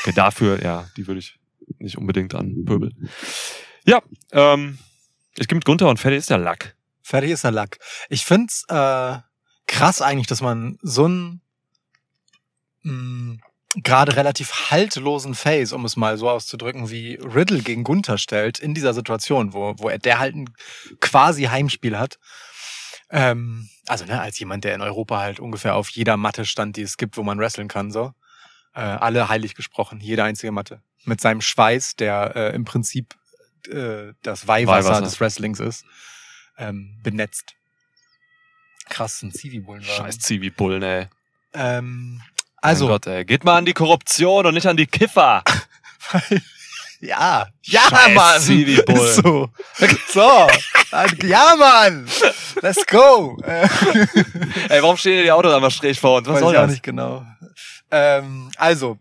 S4: Okay, dafür, ja, die würde ich nicht unbedingt anpöbeln. Mhm. Ja, ähm, ich gehe mit Gunther und fertig ist der Lack.
S3: Fertig ist der Lack. Ich find's äh, krass eigentlich, dass man so einen mh, gerade relativ haltlosen Face, um es mal so auszudrücken, wie Riddle gegen Gunther stellt, in dieser Situation, wo, wo er der halt ein quasi Heimspiel hat. Ähm, also ne, als jemand, der in Europa halt ungefähr auf jeder Matte stand, die es gibt, wo man wresteln kann, so. Äh, alle heilig gesprochen, jede einzige Matte. Mit seinem Schweiß, der äh, im Prinzip äh, das Weihwasser,
S4: Weihwasser.
S3: des Wrestlings ist, ähm, benetzt. Krass, ein Zivi-Bullen war.
S4: Scheiß Zivi-Bullen, ey.
S3: Ähm,
S4: Mein
S3: also,
S4: Gott, ey. Geht mal an die Korruption und nicht an die Kiffer.
S3: ja, ja,
S4: Scheiß
S3: Mann.
S4: Zivi-Bullen.
S3: Ist So. so. Ja, Mann. Let's go. Äh,
S4: ey, warum stehen hier die Autos einmal schräg vor uns? Was
S3: Weiß
S4: soll
S3: ich auch
S4: das?
S3: nicht genau. Ähm, also,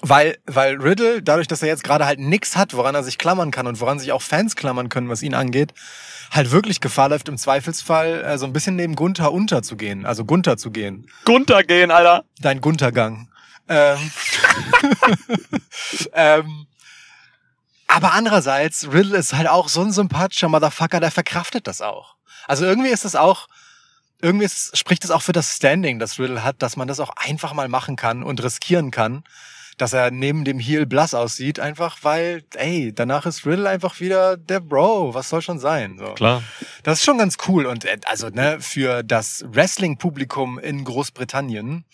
S3: weil, weil Riddle, dadurch, dass er jetzt gerade halt nix hat, woran er sich klammern kann und woran sich auch Fans klammern können, was ihn angeht, halt wirklich Gefahr läuft, im Zweifelsfall äh, so ein bisschen neben Gunther unterzugehen. Also Gunther zu gehen.
S4: Gunther gehen, Alter.
S3: Dein Guntergang. Ähm, ähm, aber andererseits, Riddle ist halt auch so ein sympathischer Motherfucker, der verkraftet das auch. Also irgendwie ist es auch, irgendwie ist, spricht es auch für das Standing, das Riddle hat, dass man das auch einfach mal machen kann und riskieren kann, dass er neben dem Heel blass aussieht, einfach weil, ey, danach ist Riddle einfach wieder der Bro, was soll schon sein. So.
S4: Klar.
S3: Das ist schon ganz cool und äh, also ne, für das Wrestling-Publikum in Großbritannien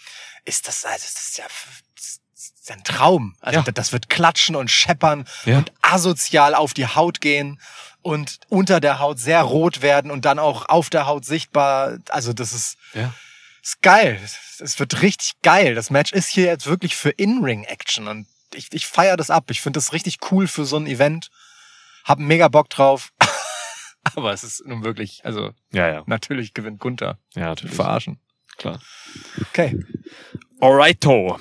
S3: ist das, also das ist ja f- das ist ein Traum. Also
S4: Ja.
S3: das, das wird klatschen und scheppern
S4: Ja.
S3: und asozial auf die Haut gehen und unter der Haut sehr rot werden und dann auch auf der Haut sichtbar. Also das ist,
S4: Ja.
S3: ist geil. Es wird richtig geil. Das Match ist hier jetzt wirklich für In-Ring-Action und ich, ich feiere das ab. Ich finde das richtig cool für so ein Event. Hab mega Bock drauf. Aber es ist nun wirklich, also
S4: Ja, ja.
S3: natürlich gewinnt Gunther.
S4: Ja, natürlich.
S3: Verarschen.
S4: Klar.
S3: Okay.
S4: Alrighto.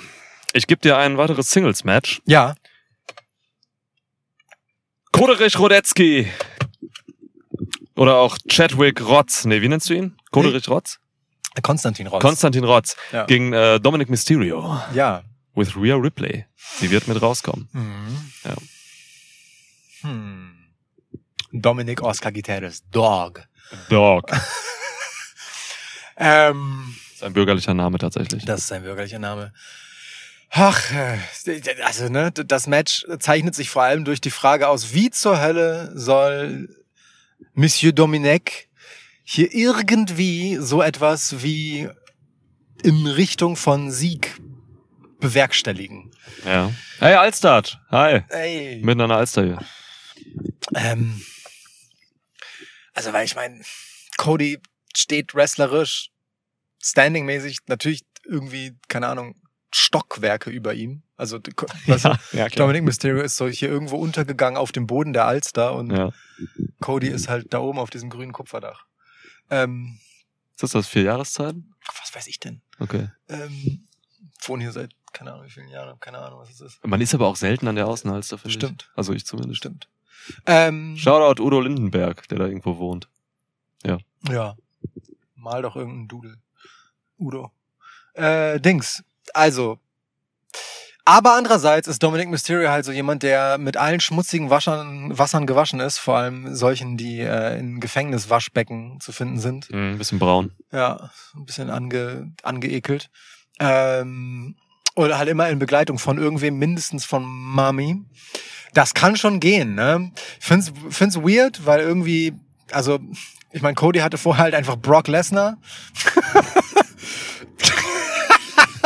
S4: Ich gebe dir ein weiteres Singles-Match.
S3: Ja.
S4: Koderich Rodetzky. Oder auch Chadwick Rotz. Nee, wie nennst du ihn? Koderich Rotz?
S3: Konstantin Ross.
S4: Konstantin Rotz.
S3: Ja.
S4: Gegen äh, Dominic Mysterio.
S3: ja.
S4: With Rhea Ripley. Die wird mit rauskommen.
S3: Mhm.
S4: Ja.
S3: Hm. Dominic Oscar Guterres, Dog.
S4: Dog.
S3: Ähm,
S4: Ist ein bürgerlicher Name tatsächlich.
S3: das ist sein bürgerlicher Name. Ach, äh, also ne, das Match zeichnet sich vor allem durch die Frage aus, wie zur Hölle soll Monsieur Dominic hier irgendwie so etwas wie in Richtung von Sieg bewerkstelligen.
S4: Ja. Hey, Alstart. Hi.
S3: Ey.
S4: Mitten an der Alster hier.
S3: Ähm, also, weil ich meine, Cody steht wrestlerisch, standingmäßig natürlich irgendwie, keine Ahnung, Stockwerke über ihm. Also die- weißt du,
S4: ja,
S3: Dominic Mysterio ist so hier irgendwo untergegangen auf dem Boden der Alster und
S4: Ja.
S3: Cody ist halt da oben auf diesem grünen Kupferdach. Ähm,
S4: Ist das das vier Jahreszeiten?
S3: was weiß ich denn?
S4: Okay.
S3: Ähm, wohne hier seit keine Ahnung wie vielen Jahren, hab keine Ahnung, was es ist.
S4: Man ist aber auch selten an der Außenalster, finde ich.
S3: Stimmt.
S4: Also ich zumindest.
S3: Stimmt. Ähm,
S4: Shoutout Udo Lindenberg, der da irgendwo wohnt.
S3: Ja. Mal doch irgendeinen Dudel. Udo. Äh, Dings. Also. Aber andererseits ist Dominic Mysterio halt so jemand, der mit allen schmutzigen Waschern, Wassern gewaschen ist, vor allem solchen, die äh, in Gefängniswaschbecken zu finden sind.
S4: Ein bisschen braun.
S3: Ja, ein bisschen ange, angeekelt. Ähm, oder halt immer in Begleitung von irgendwem, mindestens von Mami. Das kann schon gehen, ne? Find's, find's weird, weil irgendwie, also, ich meine, Cody hatte vorher halt einfach Brock Lesnar.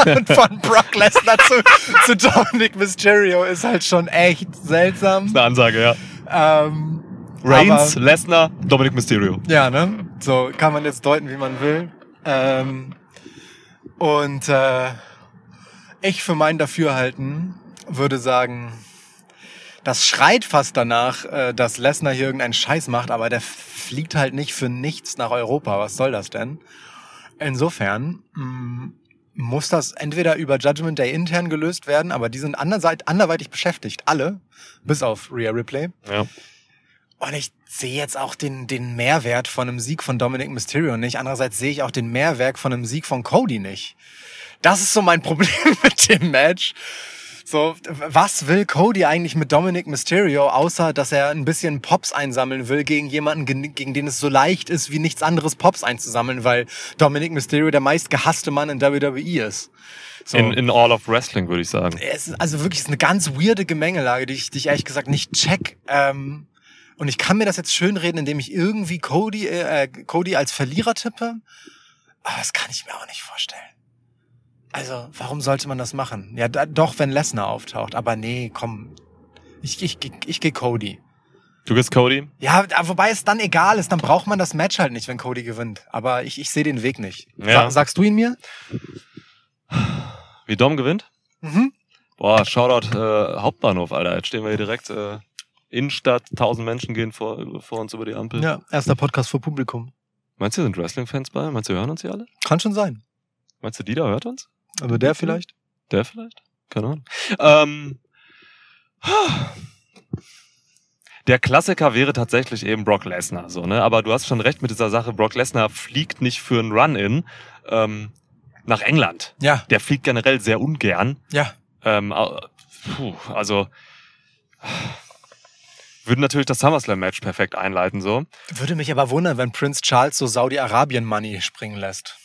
S3: Und von Brock Lesnar zu, zu Dominic Mysterio ist halt schon echt seltsam.
S4: Eine Ansage, ja.
S3: Ähm,
S4: Reigns,
S3: aber-
S4: Lesnar, Dominic Mysterio.
S3: ja, ne? So kann man jetzt deuten, wie man will. Ähm, und äh, ich für mein Dafürhalten würde sagen, das schreit fast danach, äh, dass Lesnar hier irgendeinen Scheiß macht, aber der fliegt halt nicht für nichts nach Europa. Was soll das denn? Insofern mh, muss das entweder über Judgment Day intern gelöst werden, aber die sind anderseit- anderweitig beschäftigt, alle, bis auf Rhea Ripley.
S4: Ja.
S3: Und ich sehe jetzt auch den, den Mehrwert von einem Sieg von Dominic Mysterio nicht. Andererseits sehe ich auch den Mehrwert von einem Sieg von Cody nicht. Das ist so mein Problem mit dem Match. So, was will Cody eigentlich mit Dominic Mysterio, außer dass er ein bisschen Pops einsammeln will gegen jemanden, gen- gegen den es so leicht ist, wie nichts anderes Pops einzusammeln, weil Dominic Mysterio der meist gehasste Mann in WWE ist. So.
S4: In, in All of Wrestling, würde ich sagen.
S3: Es ist also wirklich es ist eine ganz weirde Gemengelage, die ich, die ich ehrlich gesagt nicht check. Ähm, und ich kann mir das jetzt schönreden, indem ich irgendwie Cody, äh, Cody als Verlierer tippe. Aber das kann ich mir auch nicht vorstellen. Also, warum sollte man das machen? Ja, da, doch, wenn Lesnar auftaucht. Aber nee, komm. Ich, ich, ich, ich gehe Cody.
S4: Du gehst Cody?
S3: Ja, da- wobei es dann egal ist, dann braucht man das Match halt nicht, wenn Cody gewinnt. Aber ich, ich sehe den Weg nicht.
S4: Ja.
S3: Sa sagst du ihn mir?
S4: Wie Dom gewinnt?
S3: Mhm.
S4: Boah, Shoutout äh, Hauptbahnhof, Alter. Jetzt stehen wir hier direkt äh, Innenstadt. Tausend Menschen gehen vor, vor uns über die Ampel.
S3: Ja, erster Podcast vor Publikum.
S4: Meinst du, hier sind Wrestling-Fans bei? Meinst du, hören uns hier alle?
S3: Kann schon sein.
S4: Meinst du, Dieter hört uns? Hm?
S3: Aber
S4: Mhm.
S3: der vielleicht?
S4: Der vielleicht? Keine Ahnung. Ähm, der Klassiker wäre tatsächlich eben Brock Lesnar, so, ne? Aber du hast schon recht mit dieser Sache, Brock Lesnar fliegt nicht für einen Run-In ähm, nach England.
S3: Ja,
S4: Der fliegt generell sehr ungern.
S3: ja.
S4: Ähm, au- puh, also würde natürlich das SummerSlam-Match perfekt einleiten, so.
S3: Würde mich aber wundern, wenn Prince Charles so Saudi-Arabien-Money springen lässt.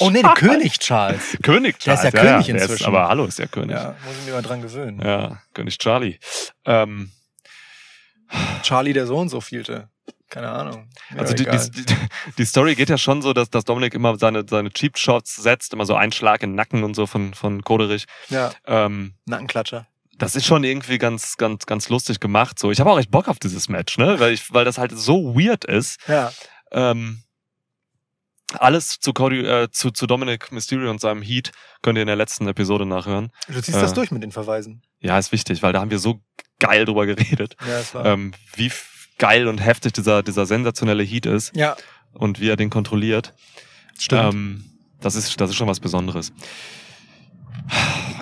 S3: oh nee, der König Charles.
S4: König
S3: Der ist
S4: Charles.
S3: ja König
S4: der Ist,
S3: inzwischen.
S4: aber hallo, ist der König. Ja.
S3: Ja, muss ich mir mal dran gewöhnen.
S4: König Charlie. Ähm,
S3: Charlie, der so und so vielte. Keine Ahnung. Mir
S4: Also die,
S3: egal.
S4: die, die, die Story geht ja schon so, dass, dass Dominik immer seine, seine Cheap Shots setzt, immer so einen Schlag in den Nacken und so von, von Koderich.
S3: ja,
S4: Ähm,
S3: Nackenklatscher.
S4: das ist schon irgendwie ganz, ganz, ganz lustig gemacht. So, ich habe auch echt Bock auf dieses Match, ne? Weil ich, weil das halt so weird ist.
S3: Ja,
S4: Ähm, alles zu, Cody, äh, zu, zu Dominic Mysterio und seinem Heat könnt ihr in der letzten Episode nachhören.
S3: du ziehst
S4: Äh.
S3: das durch mit den Verweisen.
S4: Ja, ist wichtig, weil da haben wir so geil drüber geredet,
S3: Ja, das war.
S4: ähm, wie f- geil und heftig dieser, dieser sensationelle Heat ist
S3: ja,
S4: und wie er den kontrolliert.
S3: stimmt.
S4: Ähm, das, ist, das ist schon was Besonderes.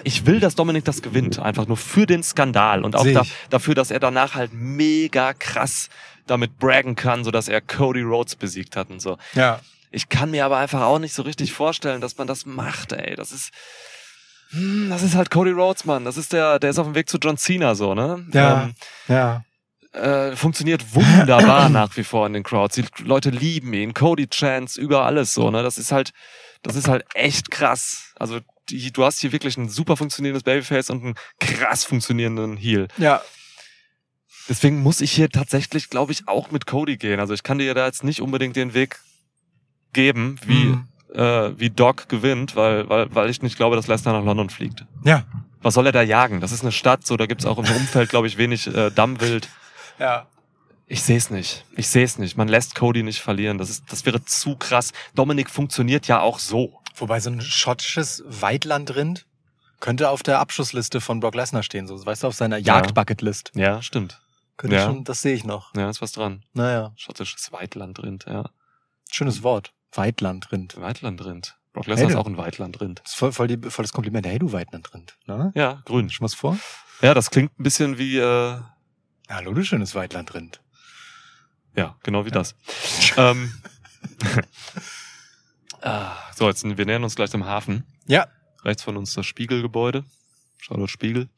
S4: Ich will, dass Dominik das gewinnt, einfach nur für den Skandal und auch
S3: Seh
S4: da,
S3: ich.
S4: dafür, dass er danach halt mega krass damit braggen kann, sodass er Cody Rhodes besiegt hat und so.
S3: ja,
S4: Ich kann mir aber einfach auch nicht so richtig vorstellen, dass man das macht, ey. Das ist. Hm, Das ist halt Cody Rhodes, Mann. Das ist der, der ist auf dem Weg zu John Cena, so, ne?
S3: Ja. ja.
S4: Ähm, äh, funktioniert wunderbar nach wie vor in den Crowds. Die Leute lieben ihn. Cody Chance über alles, so, ne? Das ist halt, das ist halt echt krass. Also, die, du hast hier wirklich ein super funktionierendes Babyface und einen krass funktionierenden Heel.
S3: Ja,
S4: Deswegen muss ich hier tatsächlich, glaube ich, auch mit Cody gehen. Also, ich kann dir da jetzt nicht unbedingt den Weg geben, wie,
S3: Hm.
S4: äh, wie Doc gewinnt, weil, weil, weil ich nicht glaube, dass Leicester nach London fliegt.
S3: Ja,
S4: Was soll er da jagen? Das ist eine Stadt, so da gibt's auch im Umfeld, glaube ich, wenig äh, Dammwild.
S3: ja.
S4: Ich sehe es nicht. Ich sehe es nicht. Man lässt Cody nicht verlieren. Das, ist, das wäre zu krass. Dominik funktioniert ja auch so.
S3: Wobei so ein schottisches Weidlandrind könnte auf der Abschussliste von Brock Lesnar stehen, so weißt du, auf seiner
S4: Ja.
S3: Jagdbucketlist.
S4: Ja, stimmt.
S3: Könnte
S4: Ja.
S3: schon, das sehe ich noch.
S4: Ja, ist was dran.
S3: Naja,
S4: Schottisches Weitlandrind, ja.
S3: schönes Wort. Weidlandrind.
S4: Weitlandrind. Brock Lesnar
S3: Hey,
S4: ist
S3: du.
S4: auch ein Weitlandrind.
S3: Das ist voll, voll, die, voll das Kompliment. Hey, du Weidlandrind. Na?
S4: Ja, grün.
S3: Schon was vor?
S4: Ja, das klingt ein bisschen wie, äh,
S3: Hallo, du schönes Weidlandrind.
S4: Ja, genau wie das. ähm, ah, so, jetzt wir nähern uns gleich dem Hafen.
S3: Ja.
S4: Rechts von uns das Spiegelgebäude. Shoutout Spiegel.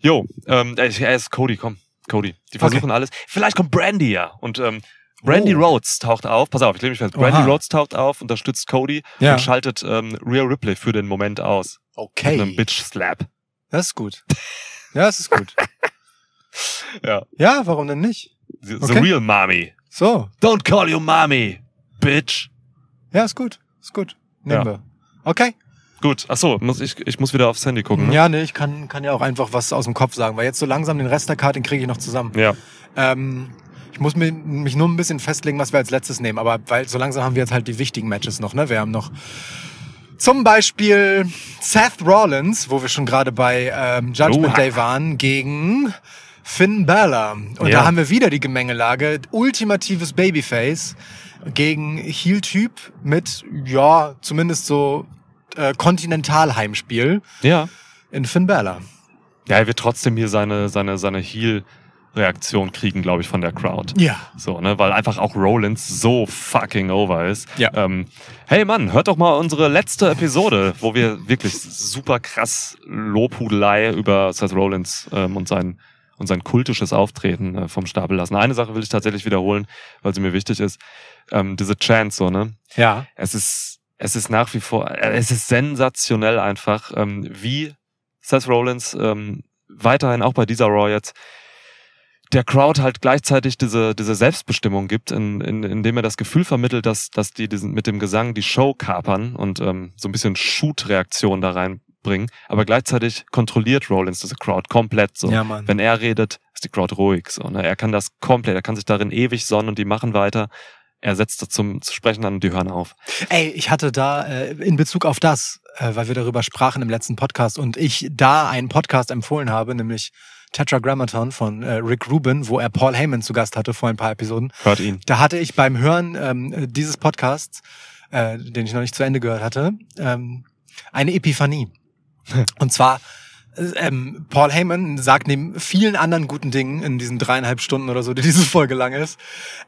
S4: Jo, ähm, er ist- er ist Cody, komm. Cody. Die versuchen alles. Vielleicht kommt Brandy ja. Und ähm, Brandy
S3: Oh.
S4: Rhodes taucht auf. Pass auf, ich lebe mich fest. Brandy
S3: Oha.
S4: Rhodes taucht auf, unterstützt Cody
S3: Ja.
S4: und schaltet ähm, Rhea Ripley für den Moment aus. Mit einem
S3: Okay.
S4: Bitch Slap.
S3: Das ist gut. Ja, das ist gut.
S4: Ja.
S3: ja, warum denn nicht?
S4: The, the
S3: Okay.
S4: real mommy.
S3: So.
S4: Don't call you mommy, bitch.
S3: Ja, ist gut. Ist gut. Nehmen
S4: Ja.
S3: wir. Okay.
S4: Gut, ach so, muss ich, ich muss wieder aufs Handy gucken. Ne?
S3: Ja, nee, ich kann, kann ja auch einfach was aus dem Kopf sagen, weil jetzt so langsam den Rest der Karte den kriege ich noch zusammen.
S4: Ja,
S3: Ähm, ich muss mich, mich nur ein bisschen festlegen, was wir als letztes nehmen. Aber weil so langsam haben wir jetzt halt die wichtigen Matches noch. Ne? Wir haben noch zum Beispiel Seth Rollins, wo wir schon gerade bei ähm, Judgment
S4: Oha.
S3: Day waren, gegen Finn Balor. Und
S4: Ja.
S3: da haben wir wieder die Gemengelage. Ultimatives Babyface gegen Heel-Typ mit, ja, zumindest so äh, Kontinentalheimspiel
S4: ja.
S3: in Finn Balor.
S4: Ja, er wird trotzdem hier seine, seine, seine Heal-Reaktion kriegen, glaube ich, von der Crowd.
S3: Ja.
S4: So, ne, weil einfach auch Rollins so fucking over ist.
S3: Ja.
S4: Ähm, hey Mann, hört doch mal unsere letzte Episode, wo wir wirklich super krass Lobhudelei über Seth Rollins ähm, und sein und sein kultisches Auftreten äh, vom Stapel lassen. Eine Sache will ich tatsächlich wiederholen, weil sie mir wichtig ist. Ähm, diese Chance, so, ne?
S3: Ja.
S4: es ist, es ist nach wie vor, äh, es ist sensationell einfach, ähm, wie Seth Rollins ähm, weiterhin auch bei dieser Raw jetzt der Crowd halt gleichzeitig diese, diese Selbstbestimmung gibt, in, in, indem er das Gefühl vermittelt, dass, dass die diesen, mit dem Gesang die Show kapern und ähm, so ein bisschen Shoot-Reaktion da reinbringen. Aber gleichzeitig kontrolliert Rollins diese Crowd komplett so.
S3: Ja, Mann.
S4: Wenn er redet, ist die Crowd ruhig. So, ne? Er kann das komplett, er kann sich darin ewig sonnen und die machen weiter. Er setzt das zum, zu Sprechen an und die hören auf.
S3: Ey, ich hatte da äh, in Bezug auf das, äh, weil wir darüber sprachen im letzten Podcast und ich da einen Podcast empfohlen habe, nämlich Tetragrammaton von äh, Rick Rubin, wo er Paul Heyman zu Gast hatte vor ein paar Episoden.
S4: Hört ihn.
S3: Da hatte ich beim Hören ähm, dieses Podcasts, äh, den ich noch nicht zu Ende gehört hatte, ähm, eine Epiphanie. Und zwar, äh, ähm, Paul Heyman sagt neben vielen anderen guten Dingen in diesen dreieinhalb Stunden oder so, die diese Folge lang ist,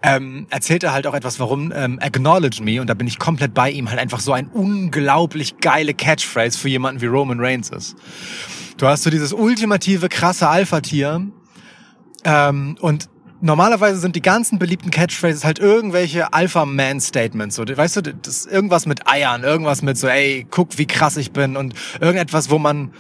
S3: ähm, erzählt er halt auch etwas, warum ähm, Acknowledge Me, und da bin ich komplett bei ihm, halt einfach so ein unglaublich geile Catchphrase für jemanden wie Roman Reigns ist. Du hast so dieses ultimative, krasse Alpha-Tier, ähm, und normalerweise sind die ganzen beliebten Catchphrases halt irgendwelche Alpha-Man-Statements. So, weißt du, das ist irgendwas mit Eiern, irgendwas mit so, ey, guck, wie krass ich bin und irgendetwas, wo man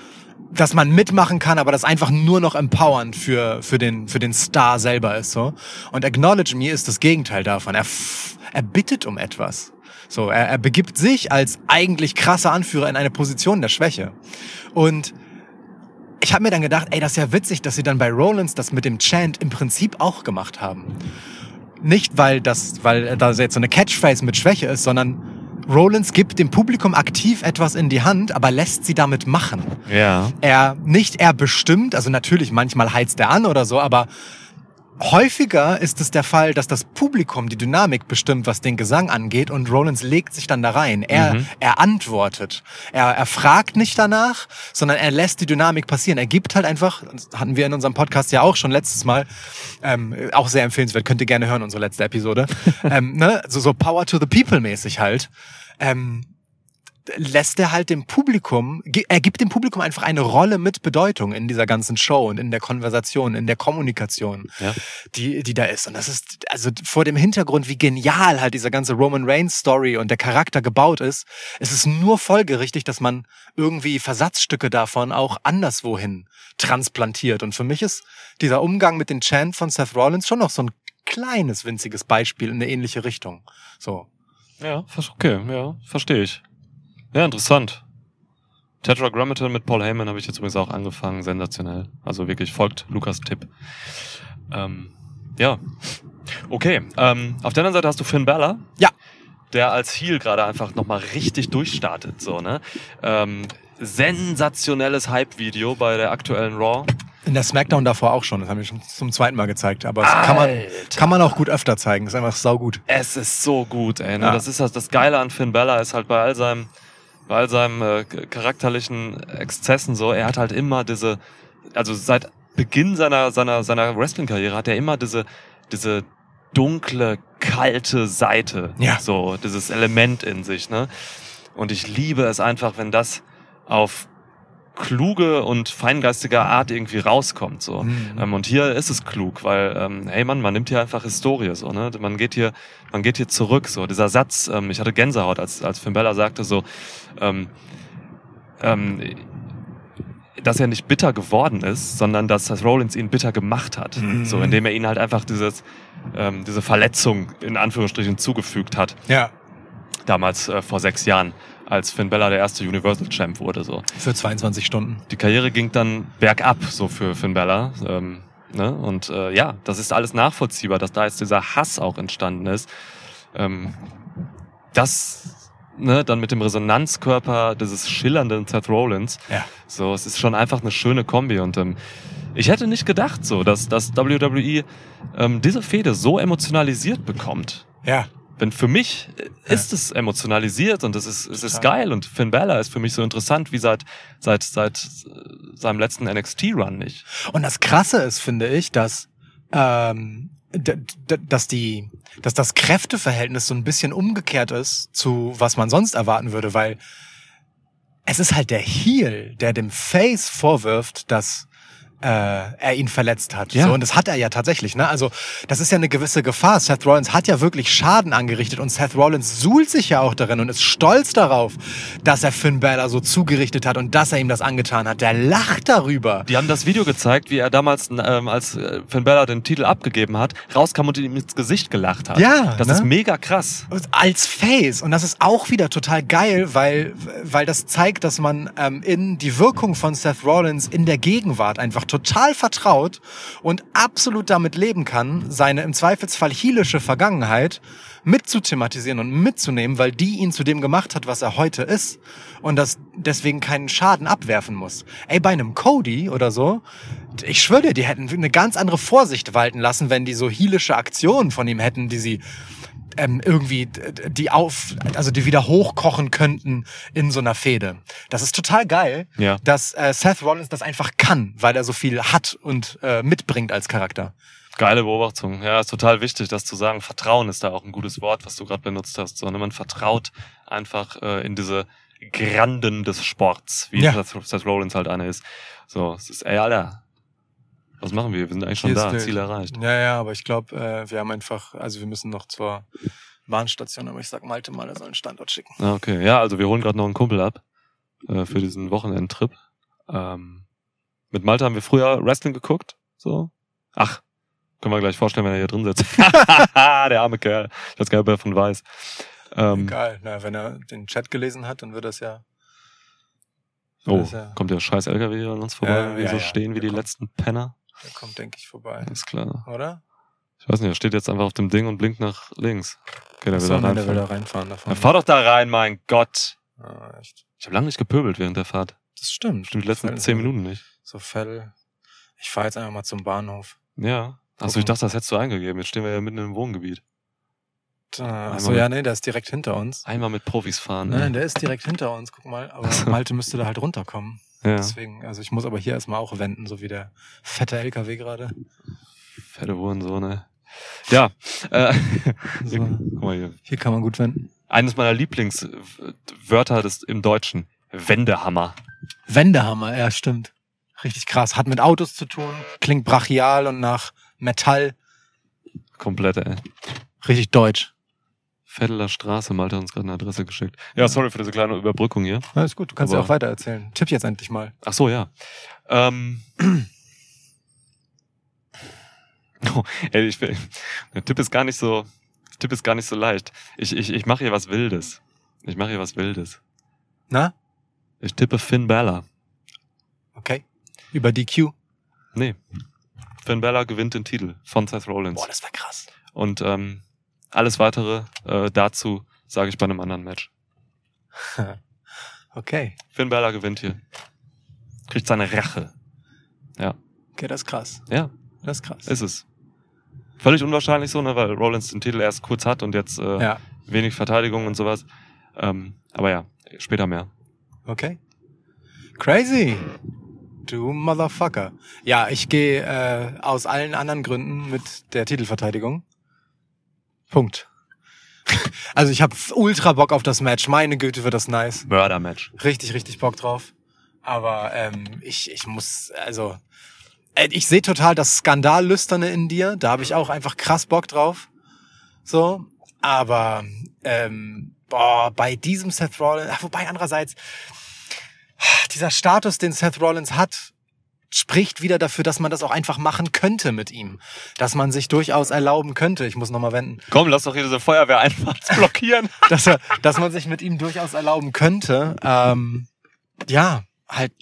S3: dass man mitmachen kann, aber das einfach nur noch empowernd für, für, den, für den Star selber ist. So. Und Acknowledge Me ist das Gegenteil davon. Er, f- er bittet um etwas. So, er, er begibt sich als eigentlich krasser Anführer in eine Position der Schwäche. Und ich habe mir dann gedacht, ey, das ist ja witzig, dass sie dann bei Rollins das mit dem Chant im Prinzip auch gemacht haben. Nicht, weil das, weil da jetzt so eine Catchphrase mit Schwäche ist, sondern Rollins gibt dem Publikum aktiv etwas in die Hand, aber lässt sie damit machen
S4: Ja.
S3: er nicht er bestimmt, also natürlich manchmal heizt er an oder so, aber häufiger ist es der Fall, dass das Publikum die Dynamik bestimmt, was den Gesang angeht und Rollins legt sich dann da rein. Er, er antwortet. Er, er fragt nicht danach, sondern er lässt die Dynamik passieren. Er gibt halt einfach, das hatten wir in unserem Podcast ja auch schon letztes Mal, ähm, auch sehr empfehlenswert, könnt ihr gerne hören, unsere letzte Episode, ähm, ne? so, so Power to the People mäßig halt. Ähm, lässt er halt dem Publikum, ge- er gibt dem Publikum einfach eine Rolle mit Bedeutung in dieser ganzen Show und in der Konversation, in der Kommunikation,
S4: Ja.
S3: die, die da ist. Und das ist, also vor dem Hintergrund, wie genial halt diese ganze Roman Reigns Story und der Charakter gebaut ist, es ist nur folgerichtig, dass man irgendwie Versatzstücke davon auch anderswohin transplantiert. Und für mich ist dieser Umgang mit den Chant von Seth Rollins schon noch so ein kleines, winziges Beispiel in eine ähnliche Richtung. So.
S4: Ja, vers- okay, ja, verstehe ich. Ja, interessant. Tetragrammaton mit Paul Heyman habe ich jetzt übrigens auch angefangen, sensationell. Also wirklich, folgt Lukas Tipp. Ähm, ja. Okay, ähm, auf der anderen Seite hast du Finn Balor.
S3: Ja.
S4: Der als Heel gerade einfach nochmal richtig durchstartet, so, ne? Ähm, sensationelles Hype-Video bei der aktuellen Raw.
S3: In der Smackdown davor auch schon, das haben wir schon zum zweiten Mal gezeigt, aber das kann man,
S4: Alter.
S3: kann man auch gut öfter zeigen, ist einfach saugut.
S4: Es ist so gut, ey. Ne?
S3: Ja.
S4: Das ist das, das Geile an Finn Bella ist halt bei all seinem, bei all seinem äh, k- charakterlichen Exzessen so, er hat halt immer diese, also seit Beginn seiner, seiner, seiner Wrestling-Karriere hat er immer diese, diese dunkle, kalte Seite.
S3: Ja.
S4: So, dieses Element in sich, ne? Und ich liebe es einfach, wenn das auf kluge und feingeistige Art irgendwie rauskommt, so.
S3: Mhm.
S4: Ähm, und hier ist es klug, weil, ähm, hey Mann, man nimmt hier einfach Historie, so, ne? Man geht hier, man geht hier zurück, so. Dieser Satz, ähm, ich hatte Gänsehaut, als, als Finn Bella sagte, so, ähm, ähm, dass er nicht bitter geworden ist, sondern dass Seth Rollins ihn bitter gemacht hat.
S3: Mhm.
S4: So, indem er ihn halt einfach dieses, ähm, diese Verletzung in Anführungsstrichen zugefügt hat
S3: Ja,
S4: damals äh, vor sechs Jahren, als Finn Bella der erste Universal Champ wurde. So.
S3: für 22 Stunden.
S4: Die Karriere ging dann bergab, so für Finn Bella. Ähm, ne? Und äh, ja, das ist alles nachvollziehbar, dass da jetzt dieser Hass auch entstanden ist. Ähm, das ne, dann mit dem Resonanzkörper dieses schillernden Seth Rollins.
S3: Ja.
S4: So, es ist schon einfach eine schöne Kombi und ähm, ich hätte nicht gedacht, so, dass, dass WWE ähm, diese Fehde so emotionalisiert bekommt
S3: Ja.
S4: wenn für mich äh, ist es emotionalisiert und es ist, es ist geil und Finn Balor ist für mich so interessant wie seit, seit, seit äh, seinem letzten NXT-Run nicht.
S3: Und das Krasse ist, finde ich, dass, ähm, d- d- dass die, dass das Kräfteverhältnis so ein bisschen umgekehrt ist zu was man sonst erwarten würde, weil es ist halt der Heel, der dem Face vorwirft, dass äh, er ihn verletzt hat.
S4: Ja.
S3: So, und das hat er ja tatsächlich. Ne? Also das ist ja eine gewisse Gefahr. Seth Rollins hat ja wirklich Schaden angerichtet und Seth Rollins suhlt sich ja auch darin und ist stolz darauf, dass er Finn Balor so zugerichtet hat und dass er ihm das angetan hat. Der lacht darüber.
S4: Die haben das Video gezeigt, wie er damals, ähm, als äh, Finn Balor den Titel abgegeben hat, rauskam und ihm ins Gesicht gelacht hat.
S3: Ja,
S4: Das
S3: ne?
S4: ist mega krass.
S3: als Face und das ist auch wieder total geil, weil weil das zeigt, dass man ähm, in die Wirkung von Seth Rollins in der Gegenwart einfach total vertraut und absolut damit leben kann, seine im Zweifelsfall hielische Vergangenheit mit zu thematisieren und mitzunehmen, weil die ihn zu dem gemacht hat, was er heute ist und das deswegen keinen Schaden abwerfen muss. Ey, bei einem Cody oder so, ich schwöre dir, die hätten eine ganz andere Vorsicht walten lassen, wenn die so hielische Aktionen von ihm hätten, die sie ähm, irgendwie d- d- die auf, also die wieder hochkochen könnten in so einer Fehde. Das ist total geil,
S4: Ja.
S3: dass äh, Seth Rollins das einfach kann, weil er so viel hat und äh, mitbringt als Charakter.
S4: Geile Beobachtung. Ja, ist total wichtig, das zu sagen. Vertrauen ist da auch ein gutes Wort, was du gerade benutzt hast. So, ne? Man vertraut einfach äh, in diese Granden des Sports, wie
S3: Ja.
S4: Seth, Seth Rollins halt eine ist. So, es ist, ey, Alter, was machen wir? Wir sind eigentlich schon da, Ziel erreicht.
S3: Ja, ja, aber ich glaube, äh, wir haben einfach, also wir müssen noch zur Bahnstation, aber ich sag Malte mal, er soll einen Standort schicken.
S4: Ah, Okay, ja, also wir holen gerade noch einen Kumpel ab äh, für diesen Wochenendtrip. Ähm, mit Malte haben wir früher Wrestling geguckt. So. Ach, können wir gleich vorstellen, wenn er hier drin sitzt. Der arme Kerl. Ich weiß gar nicht, ob er davon weiß. Ähm,
S3: Egal, na, wenn er den Chat gelesen hat, dann wird das ja.
S4: oh,
S3: Das, äh,
S4: kommt der scheiß LKW an uns vorbei,
S3: Ja,
S4: wenn wir
S3: ja,
S4: so
S3: ja.
S4: stehen wie
S3: Der
S4: die
S3: kommt.
S4: letzten Penner.
S3: der kommt, denke ich, vorbei.
S4: Ist klar.
S3: Oder?
S4: Ich weiß nicht, er steht jetzt einfach auf dem Ding und blinkt nach links. Okay, der will da
S3: nein, der will da
S4: rein.
S3: reinfahren davon.
S4: Dann fahr doch da rein, mein Gott.
S3: Ah, echt.
S4: Ich habe lange nicht gepöbelt während der Fahrt.
S3: Das stimmt.
S4: Bestimmt die letzten zehn Minuten nicht.
S3: So Fell. Ich fahre jetzt einfach mal zum Bahnhof.
S4: Ja. Achso,
S3: Gucken.
S4: ich dachte, das hättest du eingegeben. Jetzt stehen wir ja mitten im Wohngebiet.
S3: Äh, Achso,
S4: Einmal- Ah,
S3: ja, nee, der ist direkt hinter uns.
S4: Einmal mit Profis fahren. ne?
S3: Nein, der ist direkt hinter uns, guck mal. Aber Malte müsste da halt runterkommen.
S4: ey. ja.
S3: Deswegen, also ich muss aber hier erstmal auch wenden, so wie der fette LKW gerade.
S4: Fette Hurensohne. Ja. Äh,
S3: ne? So.
S4: guck mal hier.
S3: Hier kann man gut wenden.
S4: Eines meiner Lieblingswörter des, im Deutschen. Wendehammer.
S3: Wendehammer, ja, stimmt. Richtig krass. Hat mit Autos zu tun, klingt brachial und nach Metall.
S4: Komplett, ey.
S3: Richtig deutsch.
S4: Vetteler Straße, Malte hat uns gerade eine Adresse geschickt. Ja, sorry für diese kleine Überbrückung hier.
S3: Alles gut, du kannst ja
S4: Aber-
S3: auch weiter erzählen. Tipp jetzt endlich mal.
S4: Ach so, ja. Ähm. Oh, ey, ich will. Der Tipp ist gar nicht so. Der Tipp ist gar nicht so leicht. Ich, ich, ich mache hier was Wildes. Ich mache hier was Wildes.
S3: Na?
S4: Ich tippe Finn Balor.
S3: Okay. Über DQ.
S4: Nee. Finn Balor gewinnt den Titel von Seth Rollins.
S3: Boah, das war krass.
S4: Und ähm, alles weitere äh, dazu sage ich bei einem anderen Match.
S3: Okay.
S4: Finn Balor gewinnt hier. Kriegt seine Rache.
S3: Okay, das ist krass.
S4: Ja.
S3: Das ist krass.
S4: Ist es. Völlig unwahrscheinlich so, ne, weil Rollins den Titel erst kurz hat und jetzt äh,
S3: ja.
S4: wenig Verteidigung und sowas. Ähm, aber ja, später mehr.
S3: Okay. Crazy. Du Motherfucker. Ja, ich gehe äh, aus allen anderen Gründen mit der Titelverteidigung. Punkt. Also ich habe ultra Bock auf das Match. Meine Güte, wird das nice.
S4: Mörder-Match.
S3: Richtig, richtig Bock drauf. Aber ähm, ich, ich muss, also äh, ich sehe total das Skandallüsterne in dir. Da habe ich auch einfach krass Bock drauf. So, aber ähm, boah, bei diesem Seth Rollins, ach, wobei andererseits dieser Status, den Seth Rollins hat, spricht wieder dafür, dass man das auch einfach machen könnte mit ihm, dass man sich durchaus erlauben könnte. Ich muss noch mal wenden
S4: Komm, lass doch hier diese Feuerwehr einfach blockieren.
S3: dass, er, dass man sich mit ihm durchaus erlauben könnte. Ähm, ja, halt.